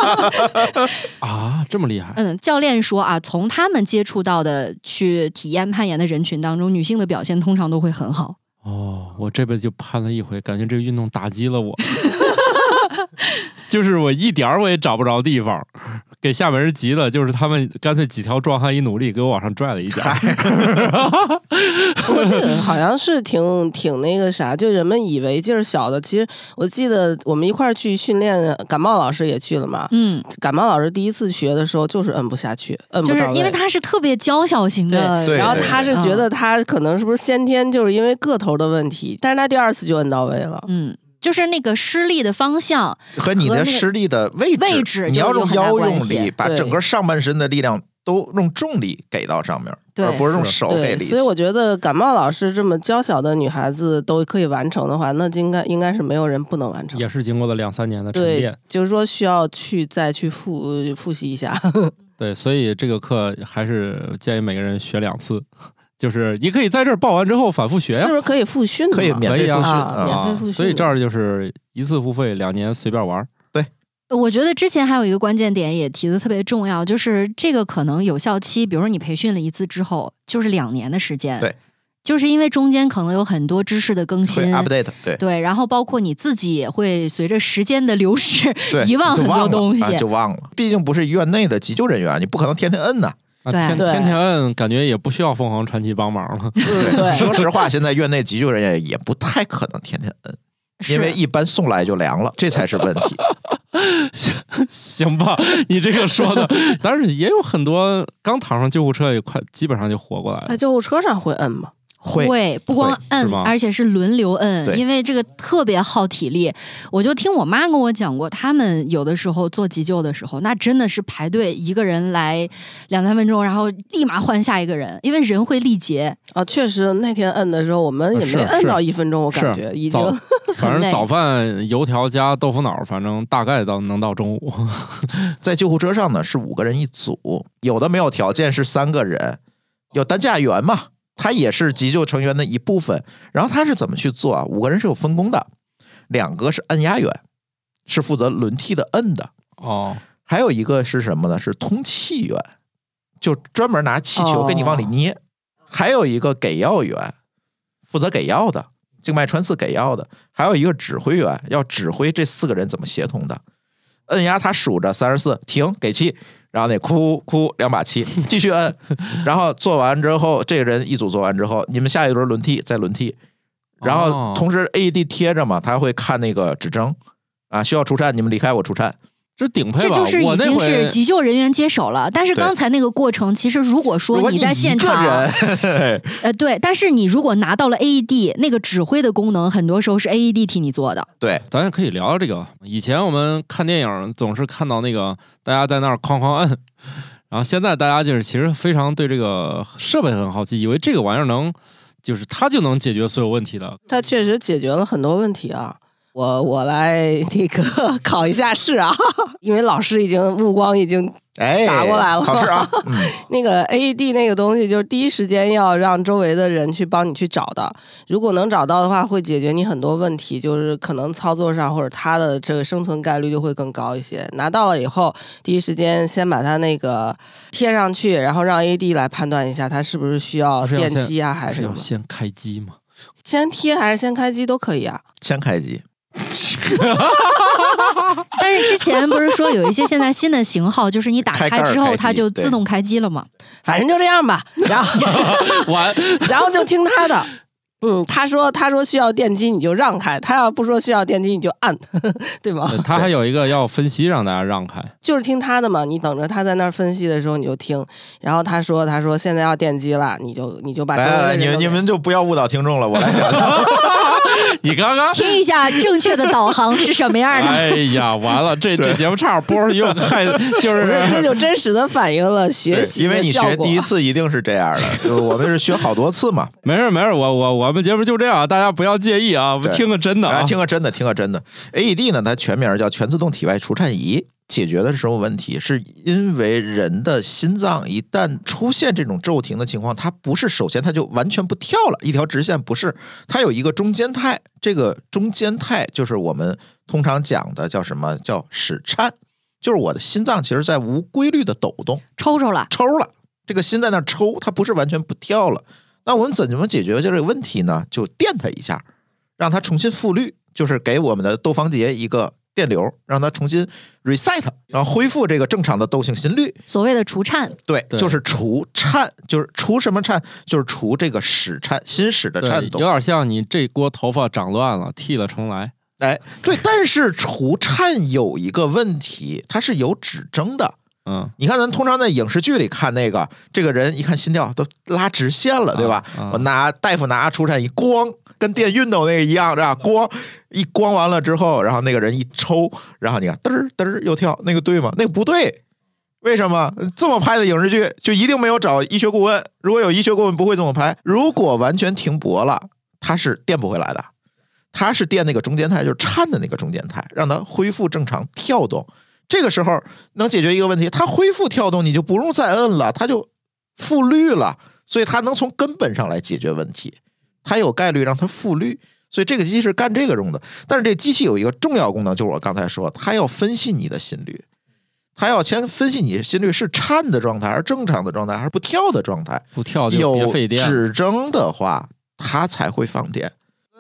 B: 啊，这么厉？”害
C: 嗯，教练说啊，从他们接触到的去体验攀岩的人群当中，女性的表现通常都会很好。
B: 哦！我这辈子就攀了一回，感觉这个运动打击了 我，就是我一点儿我也找不着地方，给下面人急的，就是他们干脆几条壮汉一努力给我往上拽了一下。
D: 不过这个好像是 挺挺那个啥，就人们以为劲儿小的，其实我记得我们一块儿去训练，感冒老师也去了嘛。
C: 嗯，
D: 感冒老师第一次学的时候就是摁不下去，摁不
C: 就是
D: 到位
C: 因为她是特别娇小型的，
A: 对对
D: 然后
A: 对
D: 他是觉得他可能是不是先天就是因为个头的问题，但是他第二次就摁到位了。
C: 嗯，就是那个施力的方向，
A: 和你
C: 和
A: 的
C: 那个
A: 施力的位置，
C: 位置
A: 你
C: 就
A: 要
C: 有
A: 用
C: 很大
A: 腰
C: 关
A: 用
C: 系
A: 力，把
D: 对
A: 整个上半身的力量都用重力给到上面，
C: 对
A: 而不是用手给
D: 对，
A: 力。
D: 所以我觉得感冒老师这么娇小的女孩子都可以完成的话，那就应该应该是没有人不能完成。
B: 也是经过了两三年的沉
D: 对
B: 淀，，
D: 就是说需要去再去复呃复习一下。
B: 对，所以这个课还是建议每个人学两次，就是你可以在这儿报完之后反复学呀
D: 是不。是可以复训的嘛？
A: 可以免
B: 可
A: 费
B: 以
A: 复
B: 啊
A: 训
D: 啊免费
B: 啊
D: 复，训
B: 所以这儿就是一次付费，两年随便玩儿。
C: 我觉得之前还有一个关键点也提的特别重要，就是这个可能有效期，比如说你培训了一次之后，就是两年的时间。
A: 对，
C: 就是因为中间可能有很多知识的更
A: 会
C: 新。
A: update 对
C: 对，然后包括你自己也会随着时间的流逝
A: 对，
C: 遗忘
A: 就
C: 很
A: 忘
C: 多
A: 了
C: 东西。
A: 啊就忘了。毕竟不是院内的急救人员，你不可能天天摁呐。
B: 啊，
C: 对
B: 天
D: 对
B: 天天摁，感觉也不需要凤凰传奇帮忙了。
D: 嗯，对，
A: 说实话，现在院内急救人员也不太可能天天摁，
C: 是
A: 因为一般送来就凉了，这才是问题。
B: 行吧，你这个说 的，但是也有很多刚躺上救护车也快，基本上就活过来了
D: 在。救护车上会摁吗？
A: 会
C: 不光
B: 是
C: 摁，
B: 吗
C: 而且是轮流摁，
A: 对
C: 因为这个特别耗体力。我就听我妈跟我讲过，他们有的时候做急救的时候，那真的是排队一个人来两三分钟，然后立马换下一个人，因为人会力竭。
D: 啊，确实那天摁的时候我们也
B: 啊是
D: 没摁
B: 是
D: 到一分钟，我感
B: 是
D: 觉已经
B: 早，反
C: 很
B: 正
C: 累
B: 早饭油条加豆腐脑，反正大概到能到中午。
A: 在救护车上呢，是五个人一组，有的没有条件是三个人，有担架员嘛，他也是急救成员的一部分。然后他是怎么去做啊？五个人是有分工的，两个是按压员，是负责轮替的摁的，
B: 哦，
A: 还有一个是什么呢？是通气员，就专门拿气球给你往里捏。还有一个给药员，负责给药的，静脉穿刺给药的。还有一个指挥员，要指挥这四个人怎么协同的。摁压他数着三十四，停，给气，然后得哭哭两把气，继续摁。然后做完之后，这个人一组做完之后，你们下一轮轮替，再轮替。然后
B: 哦
A: 同时 AED 贴着嘛，他会看那个指征啊，需要除颤，你们离开我除颤。
B: 这顶配
A: 哎
C: 这
B: 吧，
C: 就是
B: 我
C: 已
B: 那
C: 经是
B: 回
C: 急救人员接手了。但是
A: 对
C: 刚才那个过程，其实如果
A: 如
C: 说
A: 果
C: 你在现
A: 一个
C: 场
A: 人，
C: 呃，对，但是你如果拿到了 AED，那个指挥的功能很多时候是 AED 替你做的。
A: 对，
B: 咱也可以聊聊这个。以前我们看电影总是看到那个大家在那儿哐哐摁，然后现在大家就是其实非常对这个设备很好奇，以为这个玩意儿能就是它就能解决所有问题的。
D: 它确实解决了很多问题啊。我我来那个 考一下试啊，因为老师已经目光已经
A: 哎，
D: 打过来了
A: 考试 啊，嗯，
D: 那个 AED 那个东西，就是第一时间要让周围的人去帮你去找的。如果能找到的话，会解决你很多问题，就是可能操作上或者它的这个生存概率就会更高一些。拿到了以后，第一时间先把它那个贴上去，然后让 AED 来判断一下它是不是需要
B: 不是要
D: 电
B: 先
D: 击啊，还
B: 还
D: 是
B: 是
D: 什
B: 要
D: 么？
B: 先开机嘛？
D: 先贴还是先开机都可以啊。
A: 先开机，
C: 但是之前不是说有一些现在新的型号，就是你打
A: 开盖
C: 开
A: 儿
C: 之后
A: 开
C: 它
A: 机
C: 就
A: 对
C: 自动开机了嘛？
D: 反正就这样吧。 然后，
B: 完，
D: 然后就听他的。嗯，他说他说需要电击你就让开，他要不说需要电击你就按， 对吗？
B: 它呃还有一个要分析让大家让开。
D: 就是听他的嘛，你等着他在那儿分析的时候你就听，然后他说他说现在要电击了，你就你就啊把周
A: 来
D: 围
A: 来来，
D: 的哎
A: 哎你们
D: 人都
A: 你 们就不要误导听众了，我来讲。
B: 你刚刚。
C: 听一下正确的导航是什么样
A: 啊
C: 的。
B: 哎呀，完了，这这节目差点播出去，又害就
D: 不
B: 是
D: 是 这就真实的反映了学习
A: 因为
D: 的
A: 你
D: 效
A: 学
D: 果
A: 第。一次一定是这样的，就是我们是学好多次嘛，
B: 没事没事，我我我们节目就这样，大家不要介意啊，
A: 对哎
B: 听个真的
A: 来
B: 啊，
A: 听个真的，听个真的。AED 呢，它全名叫全自动体外除颤仪，解决的是什么问题？是因为人的心脏一旦出现这种骤停的情况，它不是首先它就完全不跳了，一条直线不是，它有一个中间态，这个中间态就是我们通常讲的叫什么叫室颤，就是我的心脏其实在无规律的抖动。
C: 抽抽了，
A: 抽了，这个心在那抽，它不是完全不跳了。那我们怎么解决这个问题呢？就电它一下，让它重新复律，就是给我们的窦房结一个电流，让它重新 reset，然后恢复这个正常的窦性心律。
C: 所谓的除颤，
A: 对，
B: 对
A: 就是除颤，就是除什么颤，就是除这个室颤，心室的颤
B: 对，
A: 抖
B: 有。点像你这锅头发长乱了，剃了重来。
A: 哎，对，但是除颤有一个问题，它是有指征的。
B: 嗯，
A: 你看，咱通常在影视剧里看那个，这个人一看心跳都拉直线了，对吧？
B: 啊啊
A: 我拿大夫拿除颤一咣，跟电熨斗那个一样，是
B: 啊
A: 吧？咣一咣完了之后，然后那个人一抽，然后你看嘚儿嘚儿又跳，那个对吗？那个不对。为什么这么拍的影视剧就一定没有找医学顾问？如果有医学顾问，不会这么拍。如果完全停泊了，它是电不回来的，它是电那个中间态，就是颤的那个中间态，让它恢复正常跳动。这个时候能解决一个问题，它恢复跳动，你就不用再摁了，它就复律了，所以它能从根本上来解决问题，它有概率让它复律，所以这个机器是干这个用的。但是这机器有一个重要功能，就是我刚才说，它要分析你的心率，它要先分析你心率是颤的状态，还是正常的状态，还是不跳的状态。
B: 不跳就别
A: 有
B: 费电。
A: 指征的话，它才会放电。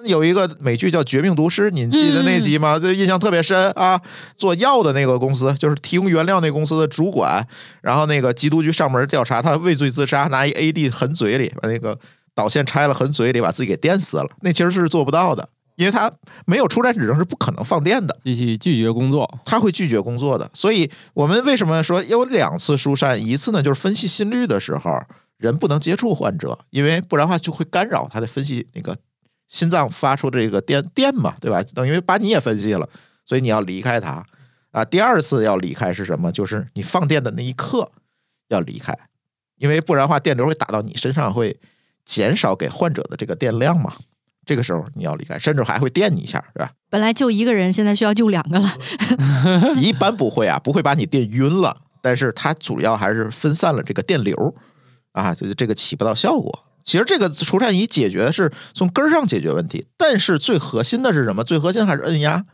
A: 有一个美剧叫《绝命毒师》，你记得那集吗？这印象特别深啊！做药的那个公司，就是提供原料那公司的主管，然后那个缉毒局上门调查他畏罪自杀，拿一 AD 横嘴里，把那个导线拆了横嘴里，把自己给电死了。那其实是做不到的，因为他没有出站指征是不可能放电的。
B: 继续拒绝工作，
A: 他会拒绝工作的。所以我们为什么说有两次疏散？一次呢，就是分析心率的时候，人不能接触患者，因为不然的话就会干扰他的分析那个心脏发出这个电电嘛，对吧？等于把你也分析了，所以你要离开他啊。第二次要离开是什么？就是你放电的那一刻要离开，因为不然的话电流会打到你身上，会减少给患者的这个电量嘛。这个时候你要离开，甚至还会电你一下，对吧？
C: 本来就一个人，现在需要救两 个了。
A: 一般不会啊，不会把你电晕了，但是它主要还是分散了这个电流啊，就是这个起不到效果。其实这个除颤仪解决的是从根儿上解决问题，但是最核心的是什么？最核心还是摁压，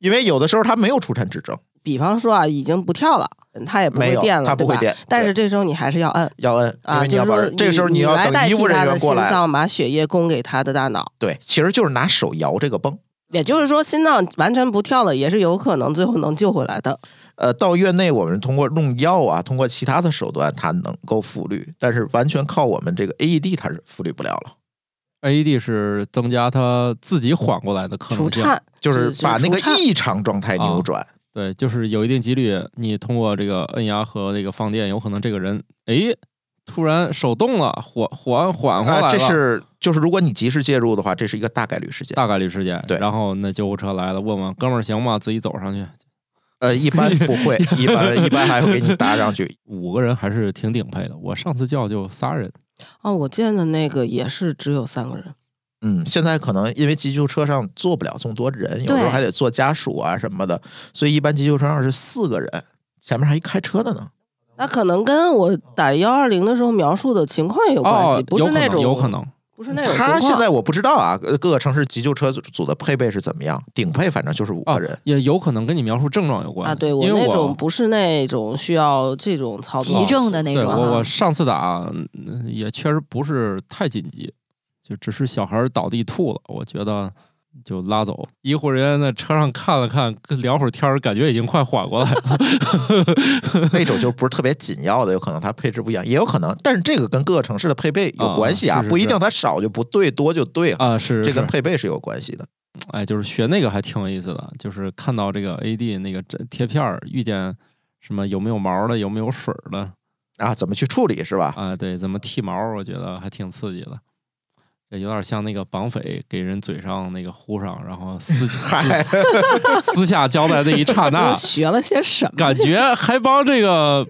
A: 因为有的时候它没有除颤指征，
D: 比方说啊，已经不跳了，它也不
A: 没
D: 会
A: 有
D: 电了，
A: 它不会
D: 对吧
A: 电
D: 但是
A: 对
D: 这时候你还是要摁
A: 要摁，因
D: 啊，
A: 为你
D: 就
A: 要
D: 是
A: 把、
D: 说
A: 这个时候
D: 你
A: 要
D: 来代
A: 等医
D: 替
A: 务人
D: 他的
A: 员过
D: 心
A: 来，
D: 脏把血液供给他的大脑。
A: 对，其实就是拿手摇这个泵。
D: 也就是说，心脏完全不跳了，也是有可能最后能救回来的。
A: 呃，到院内我们通过用药啊，通过其他的手段，它能够复律，但是完全靠我们这个 AED 它是复律不了了。
B: AED 是增加他自己缓过来的可
D: 除
B: 能性。
D: 颤
A: 就是把那个
D: 除颤
A: 异常状
B: 啊
A: 态扭转。
B: 对，就是有一定几率，你通过这个摁压和这个放电，有可能这个人哎突然手动了，缓缓缓啊过来了，
A: 啊哎这是就是如果你及时介入的话，这是一个大概率事件。
B: 大概率事件。
A: 对
B: 然后那救护车来了，问问哥们儿行吗？自己走上去，
A: 呃，一 般不会，一般一般还会给你搭上去。
B: 五个人还是挺顶配的。我上次叫就仨人，
D: 哦，我见的那个也是只有三个人，
A: 嗯，现在可能因为急救车上坐不了这么多人，有时候还得坐家属啊什么的，所以一般急救车上是四个人，前面还一开车的呢。
D: 那可能跟我打幺二零的时候描述的情况有关系，
B: 哦，
D: 不
B: 有
D: 是
B: 可
D: 那
B: 能
D: 种
B: 有可能。
D: 不是那种情
A: 他
D: 况。
A: 现在我不知道啊，各各个城市急救车组的配备是怎么样，顶配反正就是五个人。
B: 哦，也有可能跟你描述症状有关
D: 啊，对我
B: 因为
D: 那
B: 我
D: 种不是那种需要这种操作
C: 急症的那
B: 对
C: 种
B: 我
C: 啊
B: 我上次打嗯也确实不是太紧急，就只是小孩儿倒地吐了，我觉得就拉走。医护人员在车上看了看，跟聊会儿天儿，感觉已经快缓过来 了。
A: 那种就不是特别紧要的，有可能它配置不一样，也有可能。但是这个跟各个城市的配备有关系啊，
B: 啊是是
A: 不一定
B: 是
A: 它少就不对，多就对啊。
B: 啊，是
A: 这跟
B: 是
A: 配备是有关系的。
B: 哎，就是学那个还挺有意思的，就是看到这个 AD 那个针贴片儿，遇见什么有没有毛的，有没有水儿的
A: 啊，怎么去处理是吧？
B: 啊？对，怎么剃毛儿，我觉得还挺刺激的。这有点像那个绑匪给人嘴上那个糊上，然后私
A: 嗨
B: 私，私下交代那一刹那
D: 我，学了些什么？
B: 感觉还帮这个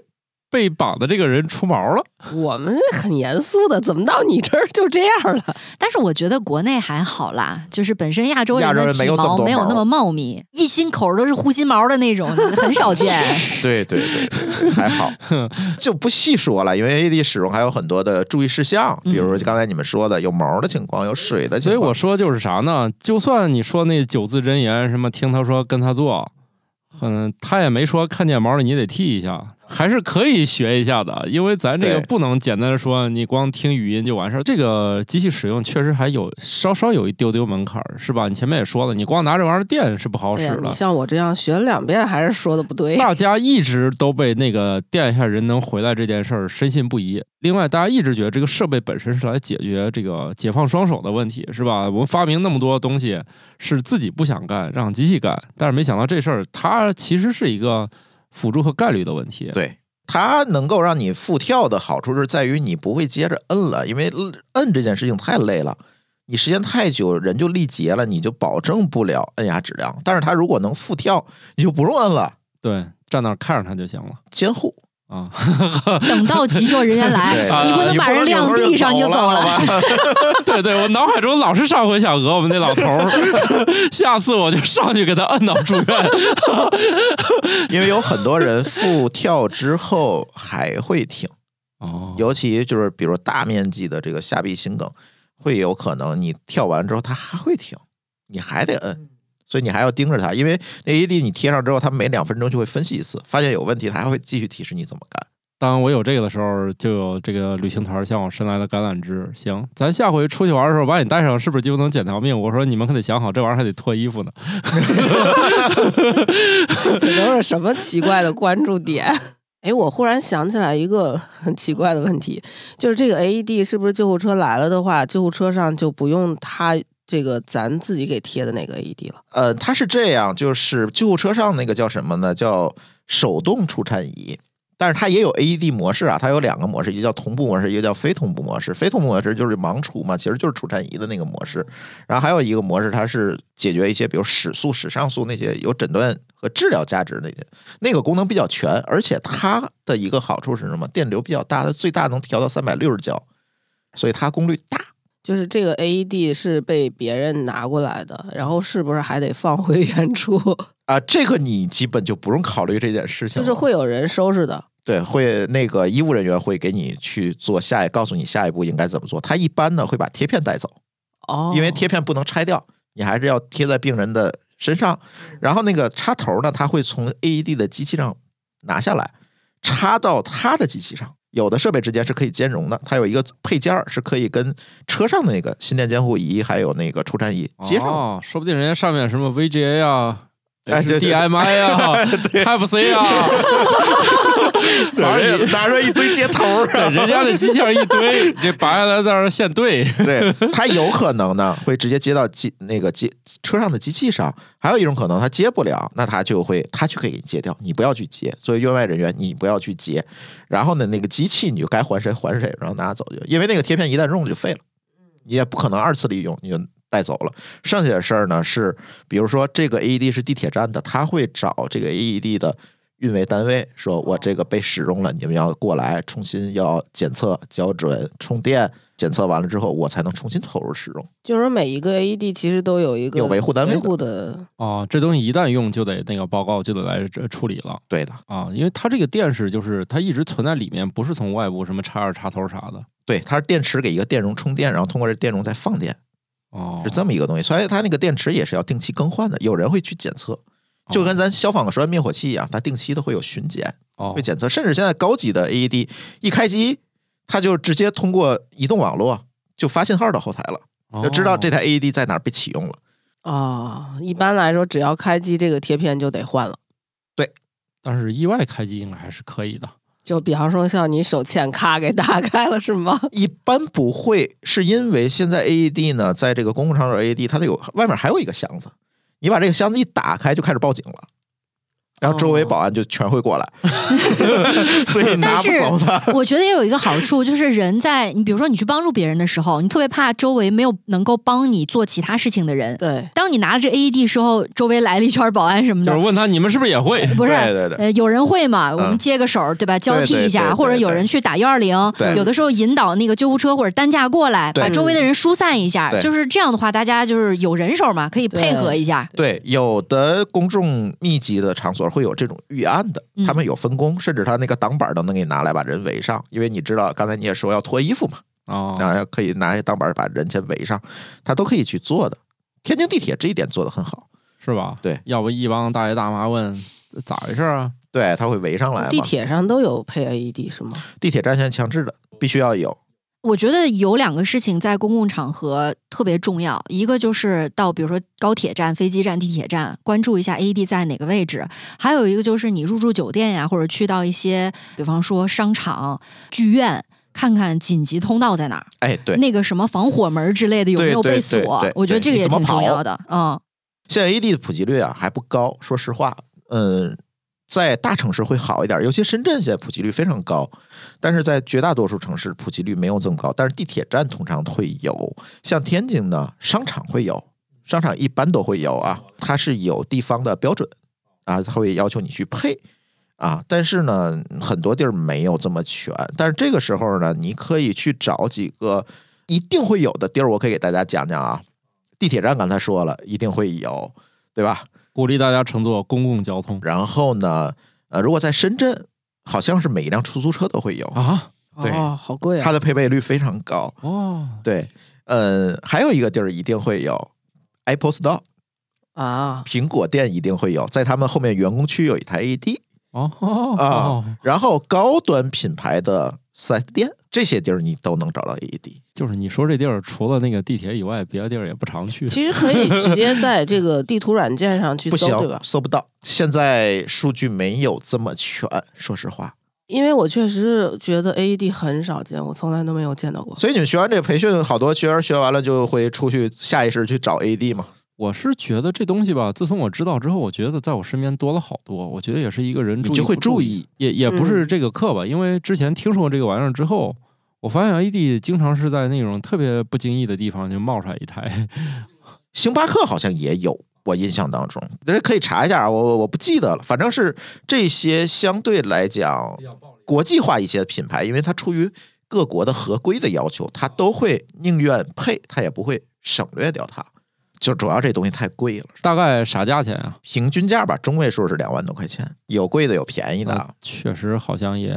B: 被绑的这个人出毛了。
D: 我们很严肃的，怎么到你这儿就这样了？
C: 但是我觉得国内还好啦，就是本身亚洲人
A: 亚洲
C: 的
A: 人没
C: 体
A: 有这么
C: 毛
A: 多
C: 没有
A: 毛
C: 那么茂密，一心口儿都是护心毛的那种，很少 见。
A: 对对对对，还 好，就不细说了，因为 AD 使用还有很多的注意事项，比如说刚才你们说的有毛的情况，有水的情
B: 所以
A: 况，
B: 我说就是啥呢？就算你说那九字真言，什么听他说跟他做，嗯，他也没说看见毛了你得剃一下，还是可以学一下的。因为咱这个
A: 对
B: 不能简单的说你光听语音就完事儿。这个机器使用确实还有稍稍有一丢丢门槛儿，是吧？你前面也说了，你光拿这玩意儿电是不好
D: 对
B: 使
D: 哎呀、
B: 了
D: 你。像我这样学了两遍，还是说的不 对。
B: 大家一直都被那个电一下人能回来这件事儿深信不疑。另外，大家一直觉得这个设备本身是来解决这个解放双手的问题，是吧？我们发明那么多东西是自己不想干，让机器干，但是没想到这事儿它其实是一个辅助和概率的问题。
A: 对。它能够让你复跳的好处是在于你不会接着摁了，因为摁这件事情太累了，你时间太久人就力竭了，你就保证不了按压质量。但是它如果能复跳，你就不用摁了，
B: 对，站那儿看着它就行了
A: 监护。
B: 啊。
C: 等到急救人员
A: 对
C: 哎
A: 啊
C: 来，你不能把
A: 扭
C: 人晾
A: 头
C: 地上就走
A: 了，
C: 了。
A: 好吧
B: 对对，我脑海中老是上回小鹅我们那老头儿， 下次我就上去给他摁到住院。
A: 因为有很多人复跳之后还会停。
B: 哦
A: 尤其就是比如大面积的这个下臂心梗，会有可能你跳完之后它还会停，你还得摁，所以你还要盯着它，因为那 AED 你贴上之后，它每两分钟就会分析一次，发现有问题，它还会继续提示你怎么干。
B: 当我有这个的时候，就有这个旅行团向我伸来了橄榄枝。行，咱下回出去玩的时候把你带上，是不是就能捡条命？我说你们可得想好，这玩意儿还得脱衣服呢。
D: 这都是什么奇怪的关注 点？哎，我忽然想起来一个很奇怪的问题，就是这个 AED 是不是救护车来了的话，救护车上就不用它这个咱自己给贴的那个 AED 了？
A: 呃，它是这样，就是救护车上那个叫什么呢？叫手动除颤仪，但是它也有 AED 模式啊，它有两个模式，一个叫同步模式，一个叫非同步模式。非同步模式就是盲除嘛，其实就是除颤仪的那个模式。然后还有一个模式，它是解决一些比如室速、室上速那些有诊断和治疗价值那些，那个功能比较全，而且它的一个好处是什么？电流比较大，它最大能调到三百六十焦，所以它功率大。
D: 就是这个 AED 是被别人拿过来的，然后是不是还得放回原处？
A: 啊、这个你基本就不用考虑这件事情了，
D: 就是会有人收拾的。
A: 对，会那个医务人员会给你去做下一，告诉你下一步应该怎么做。他一般呢会把贴片带走，
D: 哦，
A: 因为贴片不能拆掉，你还是要贴在病人的身上。然后那个插头呢，他会从 AED 的机器上拿下来，插到他的机器上。有的设备之间是可以兼容的，它有一个配件儿是可以跟车上的那个心电监护仪还有那个除颤仪接上的。
B: 哦，说不定人家上面什么 VGA 啊。
A: 哎对对对
B: HDMI 啊，Type C 啊， 反正你
A: 拿出来一堆接头儿啊
B: 对人家的机器人一堆，这拔下来在那儿现对，
A: 对，它有可能呢会直接接到机那个机车上的机器上，还有一种可能它接不了，那它就会它去可以接掉，你不要去接。作为院外人员，你不要去接。然后呢，那个机器你就该还谁还谁，然后拿走就，因为那个贴片一旦用了就废了，你也不可能二次利用，你就。带走了，剩下的事儿呢是，比如说这个 AED 是地铁站的，他会找这个 AED 的运维单位，说我这个被使用了，你们要过来重新要检测、校准、充电，检测完了之后，我才能重新投入使用。
D: 就是每一个 AED 其实都有一个
A: 有维护单位的
D: 维护的，
B: 哦，这东西一旦用就得那个报告就得来这处理了
A: 对的，
B: 啊，因为它这个电是就是它一直存在里面，不是从外部什么插二插头啥的
A: 对，它是电池给一个电容充电，然后通过这电容再放电，
B: 哦，
A: 是这么一个东西。所以它那个电池也是要定期更换的，有人会去检测。就跟咱消防栓灭火器一样，它定期的会有巡检，
B: 哦
A: 会检测，甚至现在高级的 AED 一开机，它就直接通过移动网络就发信号到后台了，就
B: 哦
A: 知道这台 AED 在哪儿被启用了。
D: 哦，一般来说，只要开机，这个贴片就得换了。
B: 但是意外开机应该还是可以的。
D: 就比方说，像你手欠咔给打开了，是吗？
A: 一般不会，是因为现在 AED 呢，在这个公共场所 AED，它得有外面还有一个箱子，你把这个箱子一打开就开始报警了。然后周围保安就全会过来， 所以拿
C: 哦
A: 不
C: 但是
A: 走他。
C: 我觉得也有一个好处，就是人在你比如说你去帮助别人的时候，你特别怕周围没有能够帮你做其他事情的人。
D: 对，
C: 当你拿着这 AED 时候，周围来了一圈保安什么
B: 就是
C: 的，
B: 问他你们是不是也会？
C: 不是。
A: 对对对，
C: 呃，有人会嘛？我们接个手，对吧？交替一
A: 对对
C: 下，
A: 对
C: 或者有人去打幺二零
A: 对，
C: 有的时候引导那个救护车或者担架过来，
A: 对
C: 把周围的人疏散一下
A: 对。
C: 就是这样的话，大家就是有人手嘛，可以配合一下。
A: 对，有的公众密集的场所会有这种预案的，
C: 嗯
A: 他们有分工，甚至他那个挡板都能给你拿来把人围上，因为你知道刚才你也说要脱衣服嘛，
B: 哦，
A: 啊，要可以拿一挡板把人先围上，他都可以去做的。天津地铁这一点做得很好，
B: 是吧？
A: 对
B: 要不一帮大爷大妈问这咋回事啊？
A: 对，他会围上来嘛。
D: 地铁上都有配 AED 是吗？
A: 地铁站现在强制的，必须要有。
C: 我觉得有两个事情在公共场合特别重要，一个就是到比如说高铁站、飞机站、地铁站，关注一下 AED 在哪个位置；还有一个就是你入住酒店呀，或者去到一些，比方说商场、剧院，看看紧急通道在哪儿，
A: 哎，对，
C: 那个什么防火门之类的有没有
A: 对对
C: 被锁？
A: 对对
C: 我觉得
A: 对
C: 这个
A: 你
C: 也
A: 怎么
C: 挺重
A: 跑
C: 要的。嗯，
A: 现在 AD 的普及率啊还不高，说实话，嗯，在大城市会好一点，尤其深圳现在普及率非常高，但是在绝大多数城市普及率没有这么高，但是地铁站通常会有，像天津呢，商场会有，商场一般都会有啊，它是有地方的标准啊，它会要求你去配。啊，但是呢，很多地儿没有这么全。但是这个时候呢，你可以去找几个一定会有的地儿，我可以给大家讲讲啊。地铁站刚才说了，一定会有，对吧？
B: 鼓励大家乘坐公共交通
A: 然后呢，呃，如果在深圳，好像是每一辆出租车都会有，
B: 啊！
A: 对
D: 哦，好贵
A: 它
D: 啊！
A: 的配备率非常高。
B: 哦，
A: 对，呃，还有一个地儿一定会有 Apple Store，
D: 啊，
A: 苹果店一定会有，在他们后面员工区有一台 AD
B: 哦哦
A: 啊、
B: 哦，
A: 然后高端品牌的四 S 店，这些地儿你都能找到 AD。
B: 就是你说这地儿除了那个地铁以外，别的地儿也不常去。
D: 其实可以直接在这个地图软件上去
A: 不行
D: 搜，对吧，？
A: 搜不到。现在数据没有这么全，说实话。
D: 因为我确实觉得 AED 很少见，我从来都没有见到过。
A: 所以你们学完这个培训，好多学员学完了就会出去下意识去找 AD 嘛。
B: 我是觉得这东西吧，自从我知道之后，我觉得在我身边多了好多。我觉得也是一个人注意
A: 你就会
B: 不注
A: 注意，
B: 也也不是这个课吧，因为之前听说这个玩意儿之后，我发现 AD 经常是在那种特别不经意的地方就冒出来一台。
A: 星巴克好像也有，我印象当中，大家可以查一下啊，我我我不记得了，反正是这些相对来讲国际化一些品牌，因为它出于各国的合规的要求，它都会宁愿配，它也不会省略掉它。就主要这东西太贵了，
B: 大概啥价钱啊？
A: 平均价吧，中位数是两万多块钱，有贵的有便宜的啊。
B: 确实好像也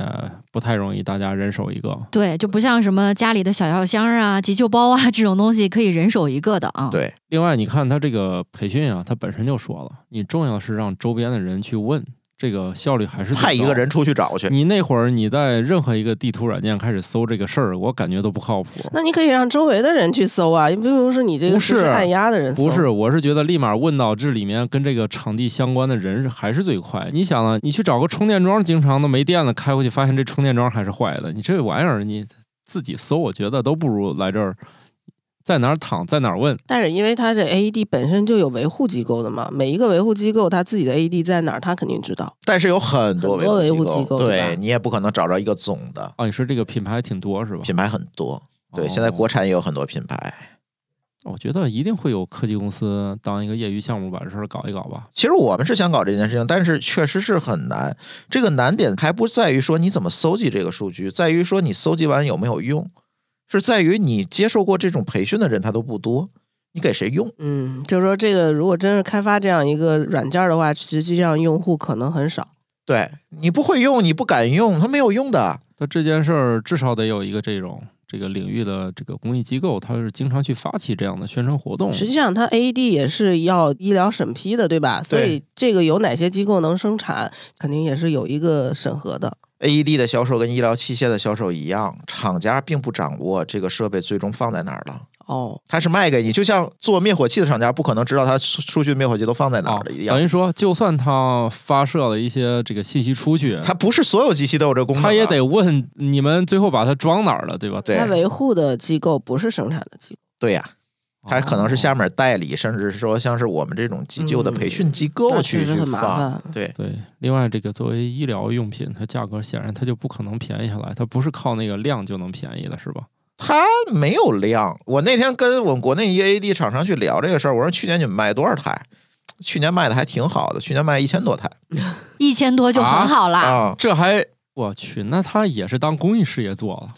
B: 不太容易，大家人手一个。
C: 对，就不像什么家里的小药箱啊、急救包啊这种东西可以人手一个的
B: 嗯
C: 啊。
A: 对，
B: 另外，你看他这个培训啊，他本身就说了，你重要是让周边的人去问，这个效率嗯还是
A: 派
B: 最
A: 一
B: 高
A: 个人出去找去，
B: 你那会儿你在任何一个地图软件开始搜这个事儿，我感觉都不靠谱。
D: 那你可以让周围的人去搜啊，不用是你这
B: 不
D: 个
B: 是
D: 实施按压的人搜。
B: 不是，我是觉得立马问到这里面跟这个场地相关的人是还是最快。你想啊，你去找个充电桩，经常都没电了，开回去发现这充电桩还是坏的，你这玩意儿你自己搜，我觉得都不如来这儿，在哪儿躺在哪儿问。
D: 但是因为它这 AED 本身就有维护机构的嘛，每一个维护机构它自己的 AED 在哪儿，它肯定知道。
A: 但是有很多
D: 很多
A: 维
D: 维护机构对吧
A: 对你也不可能找着一个总的，
B: 啊，你说这个品牌还挺多
D: 哦
B: 是吧？
A: 品牌很多。对，
B: 哦
A: 现在国产也有很多品牌。
B: 我觉得一定会有科技公司当一个业余项目把这事儿搞一搞吧。
A: 其实我们是想搞这件事情，但是确实是很难。这个难点还不在于说你怎么搜集这个数据，在于说你搜集完有没有用，是在于你接受过这种培训的人他都不多，你给谁用？
D: 嗯，就是说这个如果真是开发这样一个软件的话，实际上用户可能很少。
A: 对你不会用，你不敢用，它没有用的。
B: 但这件事儿至少得有一个这种这个领域的这个公益机构，它是经常去发起这样的宣传活动。
D: 实际上，它 AED 也是要医疗审批的，对吧？所以这个有哪些机构能生产，肯定也是有一个审核的。
A: AED E 的销售跟医疗器械的销售一样，厂家并不掌握这个设备最终放在哪儿了。
D: 哦，
A: 它是卖给你，就像做灭火器的厂家不可能知道它数数据灭火器都放在哪
B: 啊
A: 儿了一，样
B: 等。于说，就算他发射了一些这个信息出去，
A: 它不是所有机器都有这功能、啊，
B: 他也得问你们最后把它装哪儿了，对吧？
A: 对
D: 它维护的机构不是生产的机构。
A: 对呀、它
B: 哦
A: 可能是下面代理，甚至是说像是我们这种急救的培训机构
D: 哦那
A: 去
D: 确实
A: 去
D: 很麻
A: 放。
D: 烦。
A: 对，
B: 对，另外这个作为医疗用品，它价格显然它就不可能便宜下来，它不是靠那个量就能便宜的，是吧？
A: 它没有量。我那天跟我们国内一个 AD 厂商去聊这个事儿，我说去年你们卖多少台？去年卖的还挺好的，去年卖一千多台
C: 一千多就很好啦。
A: 啊、
B: 这还我去，那它也是当公益事业做了，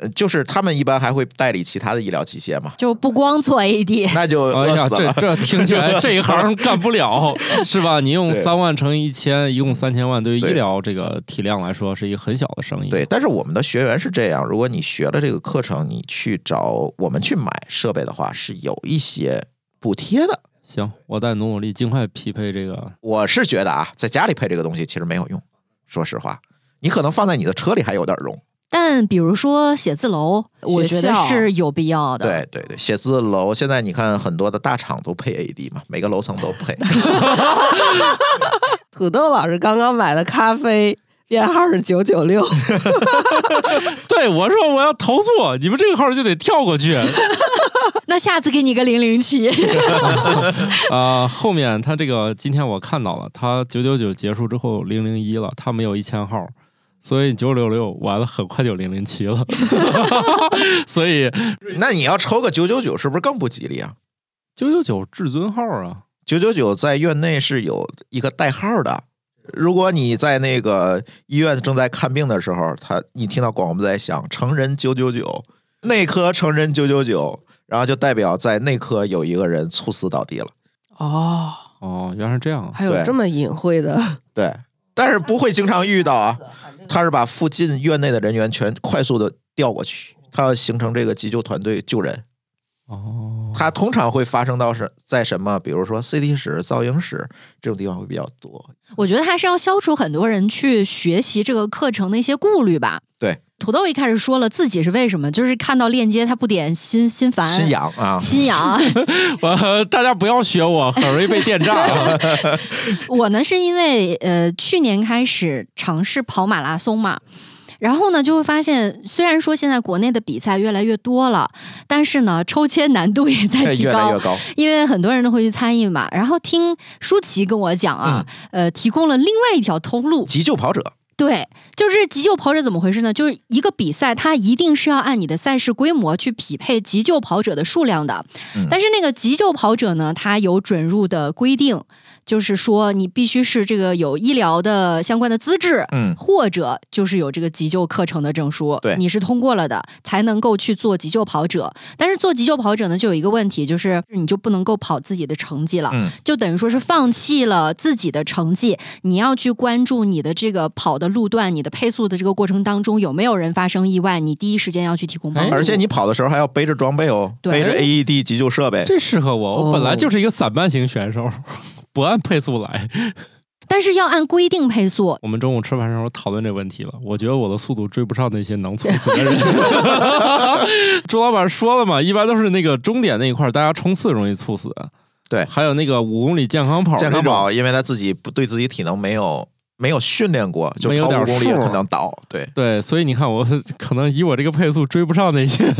A: 呃就是他们一般还会代理其他的医疗器械嘛，
C: 就不光做 AD，
A: 那就
B: 哎 呀，
A: 饿死
B: 这
A: 了。
B: 这听起 来这一行干不了，是吧？你用
A: 对
B: 三万乘以一千，一共三千万，对于医
A: 对
B: 疗这个体量来说是一个很小的生意。
A: 对，但是我们的学员是这样，如果你学了这个课程，你去找我们去买设备的话，是有一些补贴的。
B: 行，我再努努力，尽快匹配这个。
A: 我是觉得啊，在家里配这个东西其实没有用，说实话，你可能放在你的车里还有点用。
C: 但比如说写字楼，我觉得
D: 学校
C: 是有必要的。
A: 对对对，写字楼现在你看很多的大厂都配 AED 嘛，每个楼层都配。
D: 土豆老师刚刚买的咖啡编号是九九六，
B: 对，我说我要投诉，你们这个号就得跳过去。
C: 那下次给你个零零七，
B: 啊、后面他这个今天我看到了，他九九九结束之后零零一了，他没有一千号，所以九六六完了很快就零零七了， 所以
A: 那你要抽个九九九，是不是更不吉利啊？
B: 九九九至尊号啊，
A: 九九九在院内是有一个代号的。如果你在那个医院正在看病的时候，他你听到广播在响“成人九九九”，内科成人九九九，然后就代表在内科有一个人猝死倒地了。
D: 哦，
B: 哦，原来是这样啊，
D: 还有
A: 对
D: 这么隐晦的，
A: 对，但是不会经常遇到啊。他是把附近院内的人员全快速的调过去，他要形成这个急救团队救人。
B: 哦，
A: 它通常会发生到是在什么，比如说 CT 室、造影室这种地方会比较多。
C: 我觉得还是要消除很多人去学习这个课程的一些顾虑吧。
A: 对，
C: 土豆一开始说了自己是为什么，就是看到链接他不点心心烦
A: 心痒啊，
C: 心 痒。
B: 我大家不要学我，很容易被电啊炸。
C: 我呢是因为呃去年开始尝试跑马拉松嘛。然后呢，就会发现，虽然说现在国内的比赛越来越多了，但是呢，抽签难度也在哎提
A: 哎越
C: 高
A: 来越，高。
C: 因为很多人都会去参与嘛。然后听舒淇跟我讲啊，呃，提供了另外一条通路，
A: 急救跑者，
C: 对，就是急救跑者怎么回事呢？就是一个比赛，它一定是要按你的赛事规模去匹配急救跑者的数量的。
A: 嗯
C: 但是那个急救跑者呢，它有准入的规定，就是说你必须是这个有医疗的相关的资质。
A: 嗯，
C: 或者就是有这个急救课程的证书，
A: 对
C: 你是通过了的，才能够去做急救跑者。但是做急救跑者呢，就有一个问题，就是你就不能够跑自己的成绩了，
A: 嗯
C: 就等于说是放弃了自己的成绩。你要去关注你的这个跑的路段，你的配速的这个过程当中有没有人发生意外，你第一时间要去提供帮
B: 哎
C: 助。
A: 而且你跑的时候还要背着装备哦，背
C: 对
A: 着 AED 急救设备。
B: 这适合我，我本来就是一个散漫型选 手，不按配速来。
C: 但是要按规定配速。
B: 我们中午吃饭的时候讨论这问题了，我觉得我的速度追不上那些能猝死 的人。 朱老板说了嘛，一般都是那个终点那一块儿，大家冲刺容易猝死。
A: 对
B: 还有那个五公里健康跑，
A: 健康宝，因为他自己不对自己体能没有没有训练过，就
B: 没有
A: 跑
B: 点
A: 五公里也
B: 数
A: 可能倒。对，
B: 对，所以你看我可能以我这个配速追不上那些。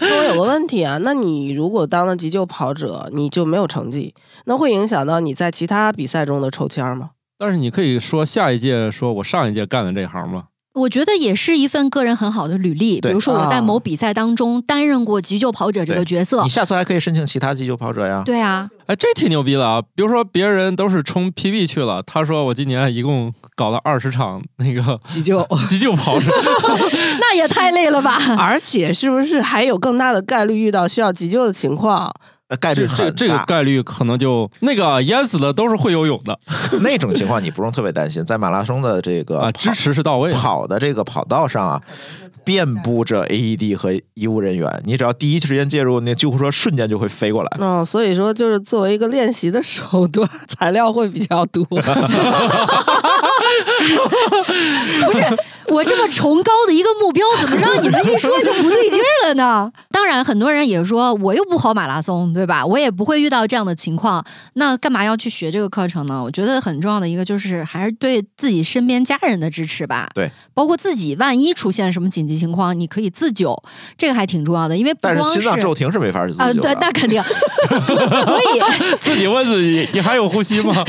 D: 那我有个问题啊，那你如果当了急救跑者，你就没有成绩，那会影响到你在其他比赛中的抽签吗？
B: 但是你可以说下一届，说我上一届干的这行嘛，
C: 我觉得也是一份个人很好的履历。比
A: 对
C: 如说我在
D: 啊
C: 某比赛当中担任过急救跑者这个
A: 对
C: 角色
A: 你。下次还可以申请其他急救跑者呀。
C: 对啊，
B: 哎，这挺牛逼的啊！比如说别人都是冲 PB 去了，他说我今年一共搞了二十场那个
D: 急救，
B: 急救跑者，
C: 那也太累了吧！
D: 而且是不是还有更大的概率遇到需要急救的情况？
A: 呃概率
B: 这
A: 很
B: 这
A: 大。
B: 这个概率可能就那个淹死的都是会游泳的
A: 那种情况你不用特别担心，在马拉松的这个
B: 啊，
A: 呃跑
B: 支持是到位的。
A: 跑的这个跑道上啊，遍布着 AED 和医务人员，你只要第一时间介入，那救护车瞬间就会飞过来。
D: 嗯、所以说就是 作为一个练习的手段，材料会比较多。
C: 不是我这么崇高的一个目标，怎么让你们一说就不对劲儿了呢？ 当然，很多人也说我又不跑马拉松，对吧？我也不会遇到这样的情况，那干嘛要去学这个课程呢？我觉得很重要的一个就是还是对自己身边家人的支持吧。
A: 对，
C: 包括自己，万一出现什么紧急情况，你可以自救，这个还挺重要的，因为不
A: 但
C: 光
A: 是心脏骤停是没法自
C: 啊、
A: 救的。
C: 对，那肯定。 所以，
B: 自己问自己，你还有 呼吸吗？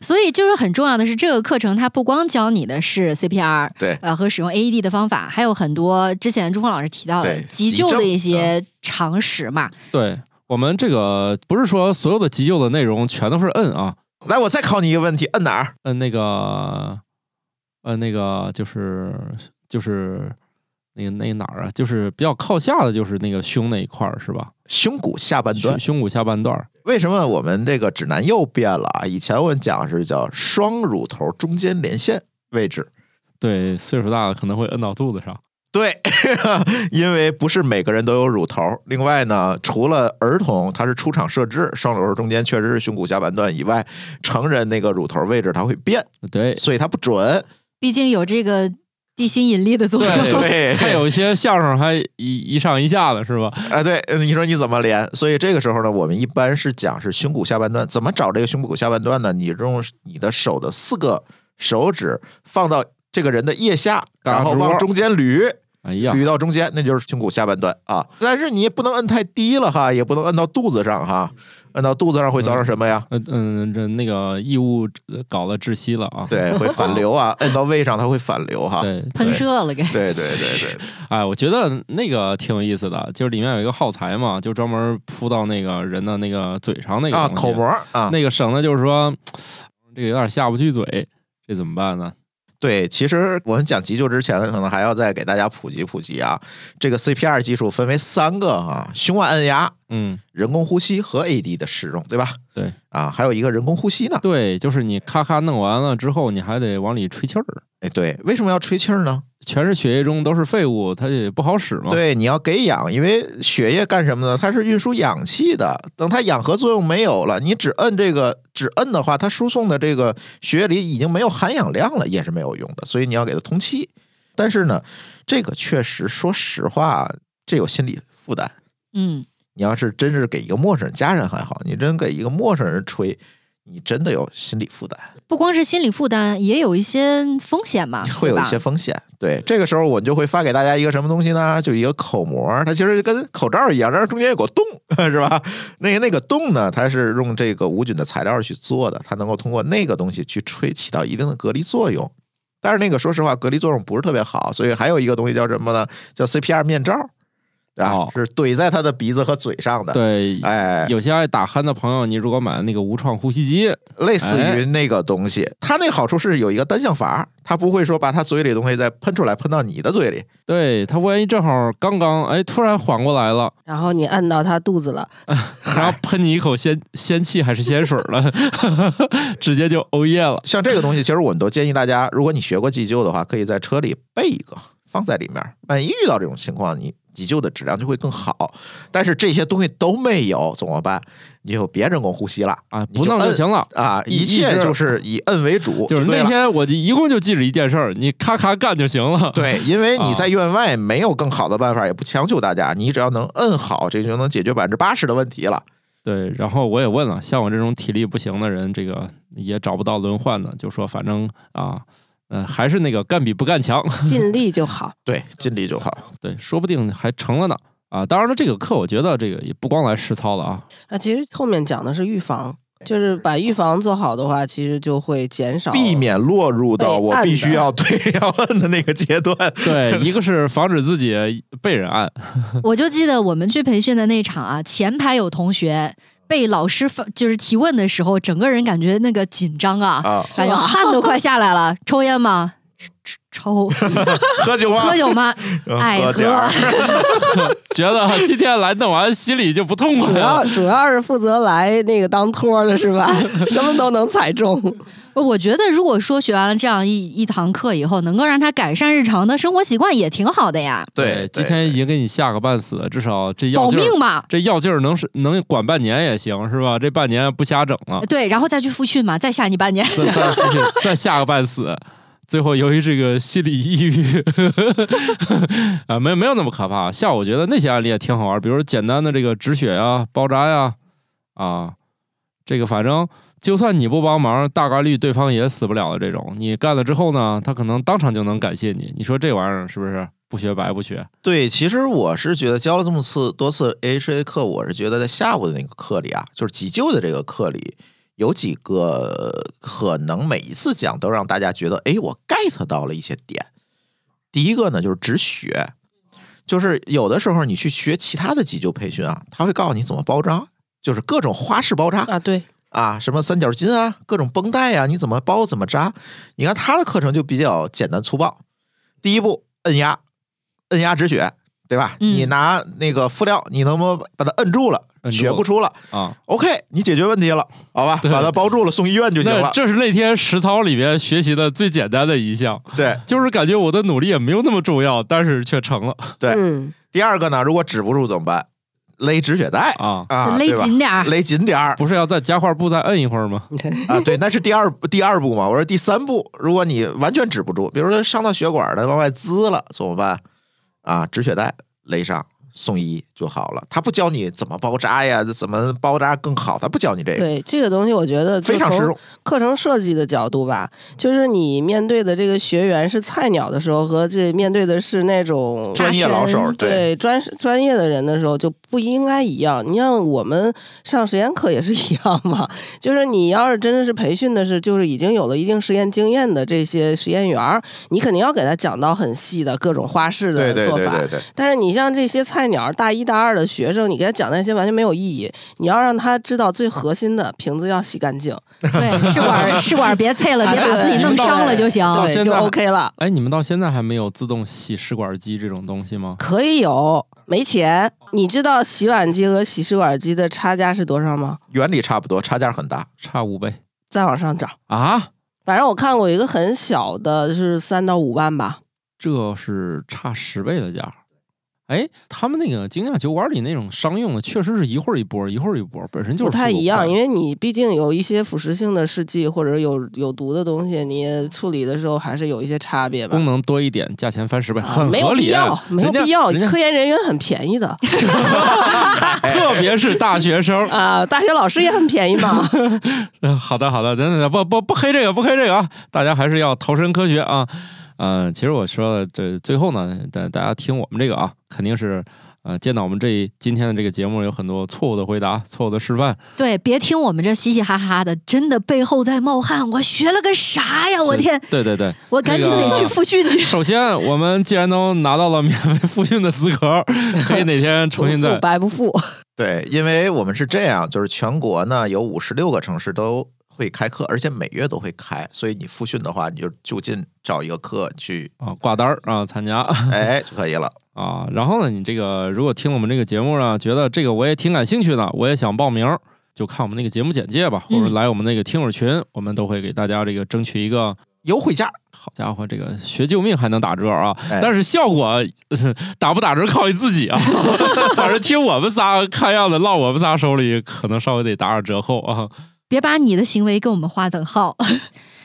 C: 所以就是很重要的是，这个课程它不光教你的是 CPR，
A: 对
C: 呃，和使用 AED 的方法，还有很多之前朱峰老师提到的
A: 对
C: 急
A: 急
C: 救的
A: 症啊
C: 一些常识嘛。
B: 对我们这个不是说所有的急救的内容全都是摁啊，
A: 来，我再考你一个问题，摁哪儿？
B: 摁那个，摁那个就是就是那个那个哪儿啊，就是比较靠下的，就是那个胸那一块儿是吧？
A: 胸骨下半段
B: 胸。胸骨下半段儿，
A: 为什么我们这个指南又变了啊？以前我们讲是叫双乳头中间连线位置，
B: 对，岁数大了可能会摁到肚子上。
A: 对， 因为不是每个人都有乳头。另外呢，除了儿童它是出厂设置双乳头中间确实是胸骨下半段以外，成人那个乳头位置它会变，
B: 对，
A: 所以它不准。
C: 毕竟有这个地心引力的作用。
A: 对，
B: 还有一些相声还一一上一下的是吧？
A: 啊，对，你说你怎么连？所以这个时候呢，我们一般是讲是胸骨下半段，怎么找这个胸骨下半段呢？你用你的手的四个手指放到这个人的腋下，
B: 嘎
A: 然后
B: 吱窝
A: 往中间捋，
B: 哎呀，
A: 捋到中间，那就是胸骨下半段啊。但是你也不能摁太低了哈，也不能摁到肚子上哈，摁到肚子上会造成什么呀？
B: 呃嗯，这那个异物呃搞了窒息了啊。
A: 对，啊会反流啊，摁到胃上它会反流哈。
B: 对，
C: 喷射了该。
A: 对对对对，
B: 哎，我觉得那个挺有意思的，就是里面有一个耗材嘛，就专门扑到那个人的那个嘴上 那个
A: 啊，
B: 东西
A: 口膜啊，
B: 那个省的就是说，这个有点下不去嘴，这怎么办呢？
A: 对，其实我们讲急救之前，可能还要再给大家普及普及啊。这个 CPR 技术分为三个啊：胸外按压、
B: 嗯，
A: 人工呼吸和 AED 的使用，对吧？
B: 对
A: 啊，还有一个人工呼吸呢。
B: 对，就是你咔咔弄完了之后，你还得往里吹气儿，
A: 哎，对，为什么要吹气儿呢？
B: 全是血液中都是废物，它也不好使嘛。，
A: 对，你要给氧，因为血液干什么呢？它是运输氧气的。等它氧合作用没有了，你只摁这个，只摁的话，它输送的这个血液里已经没有含氧量了，也是没有用的。所以你要给它通气。但是呢，这个确实，说实话，这有心理负担。
C: 嗯，
A: 你要是真是给一个陌生人家人还好，你真给一个陌生人吹，你真的有心理负担，
C: 不光是心理负担，也有一些风险嘛，
A: 会有
C: 对
A: 一
C: 吧
A: 些风险。对，这个时候我就会发给大家一个什么东西呢？就一个口膜，它其实就跟口罩一样，但是中间有个洞， 是吧？那那个洞呢，它是用这个无菌的材料去做的，它能够通过那个东西去吹，起到一定的隔离作用。但是那个说实话，隔离作用不是特别好，所以还有一个东西叫什么呢？叫 CPR 面罩，啊，
B: 哦
A: 是怼在他的鼻子和嘴上的。，
B: 对，
A: 哎，
B: 有些爱打鼾的朋友，你如果买那个无创呼吸机，
A: 类似于那个东西，它那好处是有一个单向阀，它不会说把它嘴里的东西再喷出来，喷到你的嘴里。
B: 对，它万一正好刚刚哎突然缓过来了，
D: 然后你按到他肚子了，
B: 然后喷你一口仙仙气还是仙水了， 直接就欧耶了。
A: 像这个东西，其实我们都建议大家，如果你学过急救的话，可以在车里备一个，放在里面，万一遇到这种情况，你急救的质量就会更好。但是这些东西都没有怎么办？你就别人工呼吸了
B: 啊，
A: 你
B: 不弄
A: 摁
B: 就行了
A: 啊！
B: 一
A: 一切
B: 一直
A: 就是以摁为主，
B: 就是
A: 对
B: 那
A: 了
B: 天我就一共就记着一件事儿，你咔咔干就行了。
A: 对，因为你
B: 啊
A: 在院外没有更好的办法，也不强求大家，你只要能摁好，这就能解决百分之八十的问题了。
B: 对，然后我也问了，像我这种体力不行的人，这个也找不到轮换的，就说反正啊，嗯、还是那个干比不干强，
D: 尽力就好。
A: 对，尽力就好。
B: 对，说不定还成了呢。啊，当然了，这个课我觉得这个也不光来实操了啊，
D: 啊，其实后面讲的是预防，就是把预防做好的话，其实就会减少
A: 哎避。免落入到
D: 被
A: 我
D: 按
A: 必
D: 的
A: 须要对 要摁的那个阶段。
B: 对，一个是防止自己被人按，
C: 我就记得我们去培训的那场啊，前排有同学被老师发就是提问的时候，整个人感觉那个紧张啊，
A: 啊，
C: 感觉汗都快下来了。抽烟吗？ 抽。抽
A: 喝酒吗？
C: 喝酒吗？
A: 嗯
C: 爱
A: 喝点儿。
B: 觉得今天来弄完心里就不痛快
D: 主要
A: 啊
B: 了。
D: 主要是负责来那个当托的是吧？ 什么都能踩中。
C: 我觉得如果说学完了这样一一堂课以后，能够让他改善日常的生活习惯，也挺好的呀。
A: 对，
B: 今
A: 对
B: 天已经给你吓个半死了，至少这药
C: 保
B: 劲儿
C: 命嘛，
B: 这药劲儿能是能管半年也行是吧？这半 年不瞎整了，
C: 对，然后再去复训嘛，再吓你半年。
B: 再再再下个半死。最后由于这个心理抑郁 啊，没有没有那么可怕。下午觉得那些案例也挺好玩，比如说简单的这个止血呀、包扎呀，啊，这个反正就算你不帮忙，大概率对方也死不了的这种。你干了之后呢，他可能当场就能感谢你。你说这玩意儿是不是不学白不学？
A: 对，其实我是觉得教了这么次多次 HA 课，我是觉得在下午的那个课里啊，就是急救的这个课里，有几个呃可能每一次讲都让大家觉得，哎，我 get 到了一些点。第一个呢，就是止血，就是有的时候你去学其他的急救培训啊，他会告诉你怎么包扎，就是各种花式包扎
D: 啊，对，
A: 啊，什么三角巾啊，各种绷带啊，你怎么包怎么扎。你看他的课程就比较简单粗暴，第一步摁压，摁压止血，对吧？
C: 嗯
A: 你拿那个敷料，你能不能把它摁住了，
B: 摁住
A: 血不出了
B: 啊，
A: ？OK，你解决问题了，好吧？把它包住了，送医院就行
B: 那
A: 了。
B: 这是那天实操里边学习的最简单的一项，
A: 对
B: 就是感觉我的努力也没有那么重要，但是却成了
A: 对
D: 嗯，
A: 第二个呢，如果止不住怎么办？勒止血带
B: 啊！
A: 啊，
C: 勒
A: 对吧
C: 紧点儿。
A: 勒紧点儿
B: 不是要再加块布再摁一会儿吗？
A: 啊，对，那是第二步第二步嘛。我说第三步，如果你完全止不住，比如说伤到血管了，往外滋了，怎么办？啊，止血带勒上，送医就好了。他不教你怎么包扎呀，怎么包扎更好，他不教你这个，
D: 对这个东西，我觉得就
A: 非常实
D: 从
A: 用。
D: 课程设计的角度吧，就是你面对的这个学员是菜鸟的时候，和这面对的是那种
A: 专业老手，
C: 神
A: 对
D: 对专专业的人的时候就不应该一样。你像我们上实验课也是一样嘛，就是你要是真的是培训的是就是已经有了一定实验经验的这些实验员儿，你肯定要给他讲到很细的各种花式的
A: 对对
D: 做
A: 对
D: 法。
A: 对对，
D: 但是你像这些菜鸟大一大二的学生，你给他讲那些完全没有意义。你要让他知道最核心的，瓶子要洗干净。
C: 对，试管试管别啐了，别把自己弄伤了就行。
B: 到现
D: 对，就
B: 在
D: OK 了。
B: 哎，你们到现在还没有自动洗试管机这种东西吗？
D: 可以有，没钱。你知道洗碗机和洗试管机的差价是多少吗？
A: 原理差不多，差价很大。
B: 差五倍
D: 再往上找，
B: 啊！
D: 反正我看过一个很小的，就是三到五万吧。
B: 这是差十倍的价。哎，他们那个精酿酒馆里那种商用的，确实是一会儿一波，一会儿一波，本身就是
D: 不太一样，因
B: 为
D: 为你毕竟有一些腐蚀性的试剂或者有有毒的东西，你处理的时候还是有一些差别吧
B: 功。能多一点，价钱翻十倍，
D: 啊
B: 嗯很
D: 没有
B: 合
D: 必
B: 理，
D: 要，没有
B: 人家
D: 必要。
B: 人家
D: 科研人员很便宜的
B: 特别是大学生。
D: 啊，大学老师也很便宜嘛。
B: 嗯， 好的，好的，等等等，不不不黑这个，不黑这个啊！大家还是要投身科学啊。嗯、其实我说的这最后呢，大大家听我们这个啊，肯定是呃，见到我们这一今天的这个节目有很多错误的回答、错误的示范，
C: 对，别听我们这嘻嘻哈哈的，真的背后在冒汗。我学了个啥呀？我
B: 是
C: 天！
B: 对对对，
C: 我赶紧得去复训去。
B: 首先，我们既然都拿到了免费复训的资格，可以哪天重新
D: 不
B: 再
D: 付白不付，
A: 对，因为我们是这样，就是全国呢有五十六个城市都会开课，而且每月都会开，所以你复训的话，你就就近找一个课 去，
B: 啊挂单儿啊参加。
A: 哎就可以了。
B: 啊，然后呢，你这个如果听了我们这个节目呢，觉得这个我也挺感兴趣的，我也想报名儿，就看我们那个节目简介吧，或
C: 嗯
B: 者来我们那个听友群，我们都会给大家这个争取一个。
A: 优惠价，
B: 好家伙，这个学救命还能打折啊！
A: 哎
B: 但是效果、 呃打不打折靠你自己啊。反正听我们仨看样子，落我们仨手里可能稍微得打点折扣啊。
C: 别把你的行为跟我们划等号，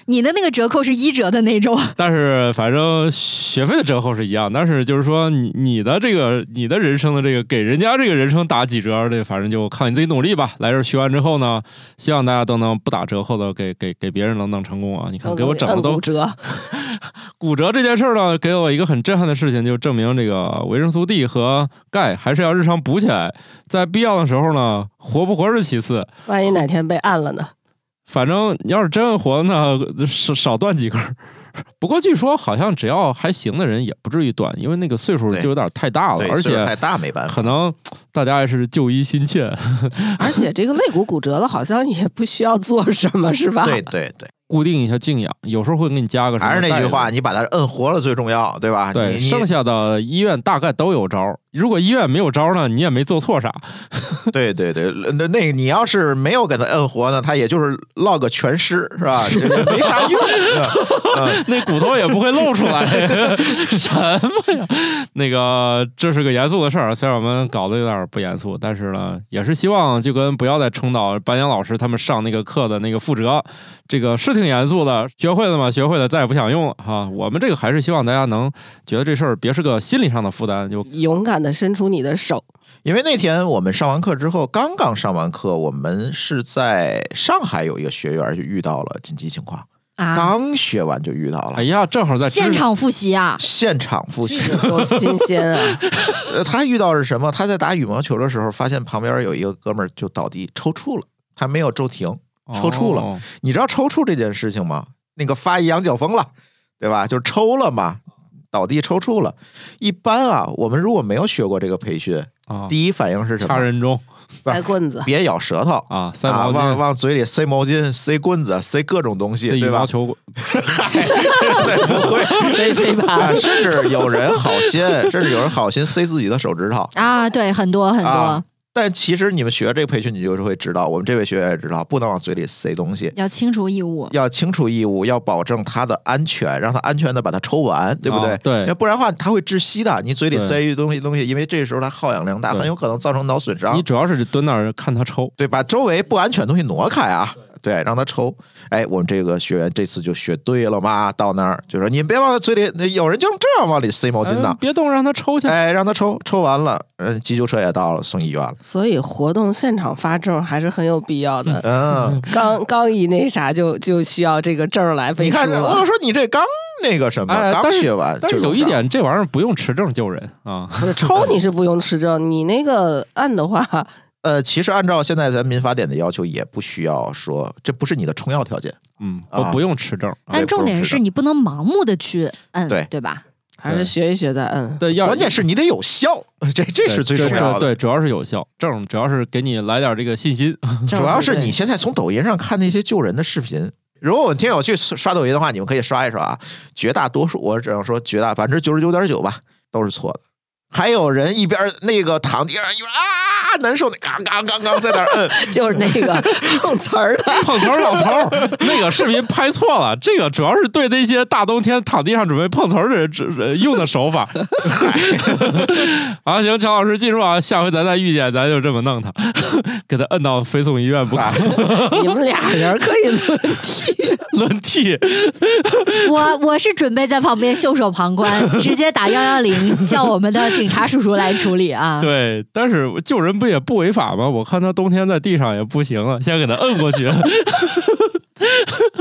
C: 你的那个折扣是一折的那种。
B: 但是反正学费的折扣是一样，但是就是说你你的这个你的人生的这个给人家这个人生打几折，这反正就靠你自己努力吧。来这儿学完之后呢，希望大家都能不打折扣的给给给别人能弄成功啊！你看给我整 的
D: 摁
B: 都
D: 骨折。
B: 骨折这件事儿呢，给我一个很震撼的事情，就证明这个维生素 D 和钙还是要日常补起来，在必要的时候呢，活不活是其次，
D: 万一哪天被按了呢？
B: 反正你要是真活呢，少少断几根儿。 不过据说好像只要还行的人也不至于断，因为那个岁数
A: 对
B: 就有点太大了
A: 对，，
B: 而
A: 岁数太
B: 且
A: 大没办法。
B: 可能大家也是就医心切。
D: 而且这个肋骨骨折了，好像也不需要做什么，是吧？
A: 对对对，
B: 固定一下静养，有时候会给你加个什么。啊
A: 还是那句话，，你把它摁活了最重要，对吧？
B: 对，
A: 你你
B: 剩下的医院大概都有招儿，如果医院没有招呢，你也没做错啥。
A: 对对对，那那个你要是没有给他摁活呢，他也就是落个全尸是吧？ 这个没啥用。是吧嗯
B: 那骨头也不会露 出来，什么呀？那个，这是个严肃的事儿，虽然我们搞得有点不严肃，但是呢，也是希望就跟不要再重蹈白岩老师他们上那个课的那个覆辙，这个是挺严肃的，学会了吗？学会了，再也不想用了哈、我们这个还是希望大家能觉得这事儿别是个心理上的负
A: 嗯
B: 担，就
D: 勇敢的伸出你的手，
A: 因为那天我们上完课之后，刚刚上完课，我们是在上海有一个学员就遇到了紧急情况，
C: 啊，
A: 刚学完就遇到了
B: 哎。呀，正好在知识
C: 现场复习啊，
A: 现场复习
D: 这，个多新 鲜啊！
A: 呃，他遇到是什么？他在打羽毛球的时候，发现旁边有一个哥们儿就倒地抽搐了，他没有骤停。抽搐了
B: 哦
A: 你知道抽搐这件事情吗？那个发羊角风了，对吧？就是抽了嘛，倒地抽搐了。一般啊，我们如果没有学过这个培训，
B: 啊，
A: 第一反应是什
B: 掐
A: 么？
B: 人中
D: 塞棍子，
A: 别咬舌头
B: 啊，塞
A: 啊，
B: 毛巾，
A: 往往嘴里塞毛巾、塞棍子、塞各种东西，
B: 塞羽
A: 对
B: 毛
A: 吧？
B: 球
A: 对，不会。
D: 塞飞
A: 啊，
D: 盘，
A: 甚至有人好心， 甚至有人好心塞自己的手指头。
C: 啊，对，很多很多，
A: 啊但其实你们学这个培训，你就是会知道，我们这位学员也知道，不能往嘴里塞东西，
C: 要清除异物。
A: 要清除异物，要保证它的安全，让它安全的把它抽完，对不对？
B: 啊对
A: 要不然的话它会窒息的。你嘴里
B: 对
A: 塞一东西东西，因为这时候它耗氧量大，
B: 对
A: 很有可能造成脑损伤
B: 你。主要是蹲那儿看他抽，
A: 对，把周围不安全东西挪开啊，对，让它抽。哎，我们这个学员这次就学对了嘛，到那儿就说你别往他嘴里，那有人就这样往里塞毛巾
B: 哎
A: 的，
B: 别动，让他抽去。
A: 哎，让他抽，抽完了，嗯，急救车也到了，送医院了。
D: 所以活动现场发证还是很有必要的。
A: 嗯，
D: 刚刚一那啥就就需要这个证儿来背
A: 你
D: 书
A: 看，我
D: 了，
A: 说你这刚那个什么，
B: 哎
A: 刚
B: 但是
A: 学完呃就
B: 但
A: 这
B: 是
A: 样，
B: 有一点，这玩意儿不用持证救人啊。
D: 不是抽你是不用持证，你那个按的话，
A: 呃，其实按照现在咱民法典的要求，也不需要说这不是你的充要条件。
B: 嗯，
A: 啊
B: 不不用持证。啊
C: 但重点是你不能盲目的去摁，
A: 对
C: 对吧？
D: 还是学一学再 摁。
B: 对，要
A: 关键是你得有效，这这
B: 对
A: 是最重
B: 这
A: 要的。
B: 对，主要是有效证，主要是给你来点这个 信心。
D: 证儿
A: 主要是
D: 对
A: 你现在从抖音上看那些救人的视频，如果我们听友去刷抖音的话，你们可以刷一刷啊。绝大多数，我只能说绝大百分之九十九点九吧，都是错的。还有人一边那个躺地上一边啊难受的，嘎嘎嘎嘎在那儿摁，
D: 就是那个碰 瓷儿的，
B: 碰瓷儿老头儿 那个视频拍错了，这个主要是对那些大冬天躺地上准备碰瓷儿的人指呃用的手法。 啊，行，乔老师记住啊，下回咱再遇见，咱就这么弄他， 给他摁到非送医院不可，
D: 你们俩人可以轮替。
B: 轮替。
C: 我我是准备在旁边袖手旁观，直接打幺幺零，叫我们的警察叔叔来处理啊。
B: 对，但是救人不也不违法吗？我看他冬天在地上也不行了，先给他摁过去。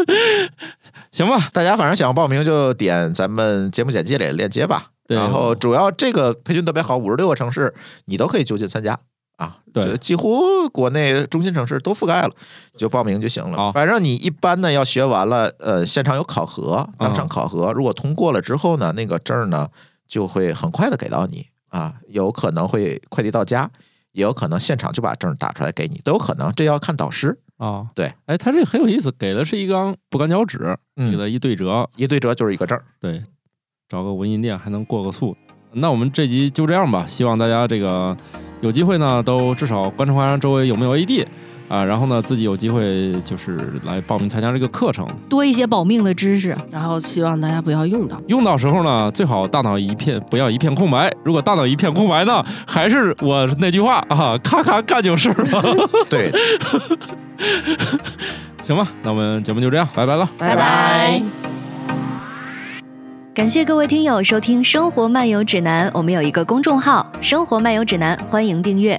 B: 行吧，
A: 大家反正想报名就点咱们节目简介里的链接吧。
B: 对
A: 然后主要这个培训特别好，五十六个城市你都可以就近参加啊。
B: 对
A: 就几乎国内中心城市都覆盖了，就报名就行了。
B: 好
A: 反正你一般呢要学完了，呃，现场有考核，
B: 嗯
A: 当场考核，如果通过了之后呢，那个证儿呢就会很快的给到你啊，有可能会快递到家。也有可能现场就把证儿打出来给你，都有可能，这要看导师。
B: 啊，
A: 对，
B: 哎，他这很有意思，给的是一张不干胶纸，给
A: 嗯，
B: 他一对折，
A: 一对折就是一个 证儿。
B: 对，找个文印店还能过个速。那我们这集就这样吧，希望大家这个有机会呢，都至少观察周围有没有 AED 啊，然后呢自己有机会就是来报名参加这个课程，
C: 多一些保命的知识。
D: 然后希望大家不要用到。
B: 用到时候呢，最好大脑一片不要一片空白。如果大脑一片空白呢，还是我那句话啊，咔咔干就是了。
A: 对，
B: 行吧，那我们节目就这样，拜拜了。
D: 拜
C: 拜拜
E: 感谢各位听友收听《生活漫游指南》，我们有一个公众号《生活漫游指南》，欢迎订阅。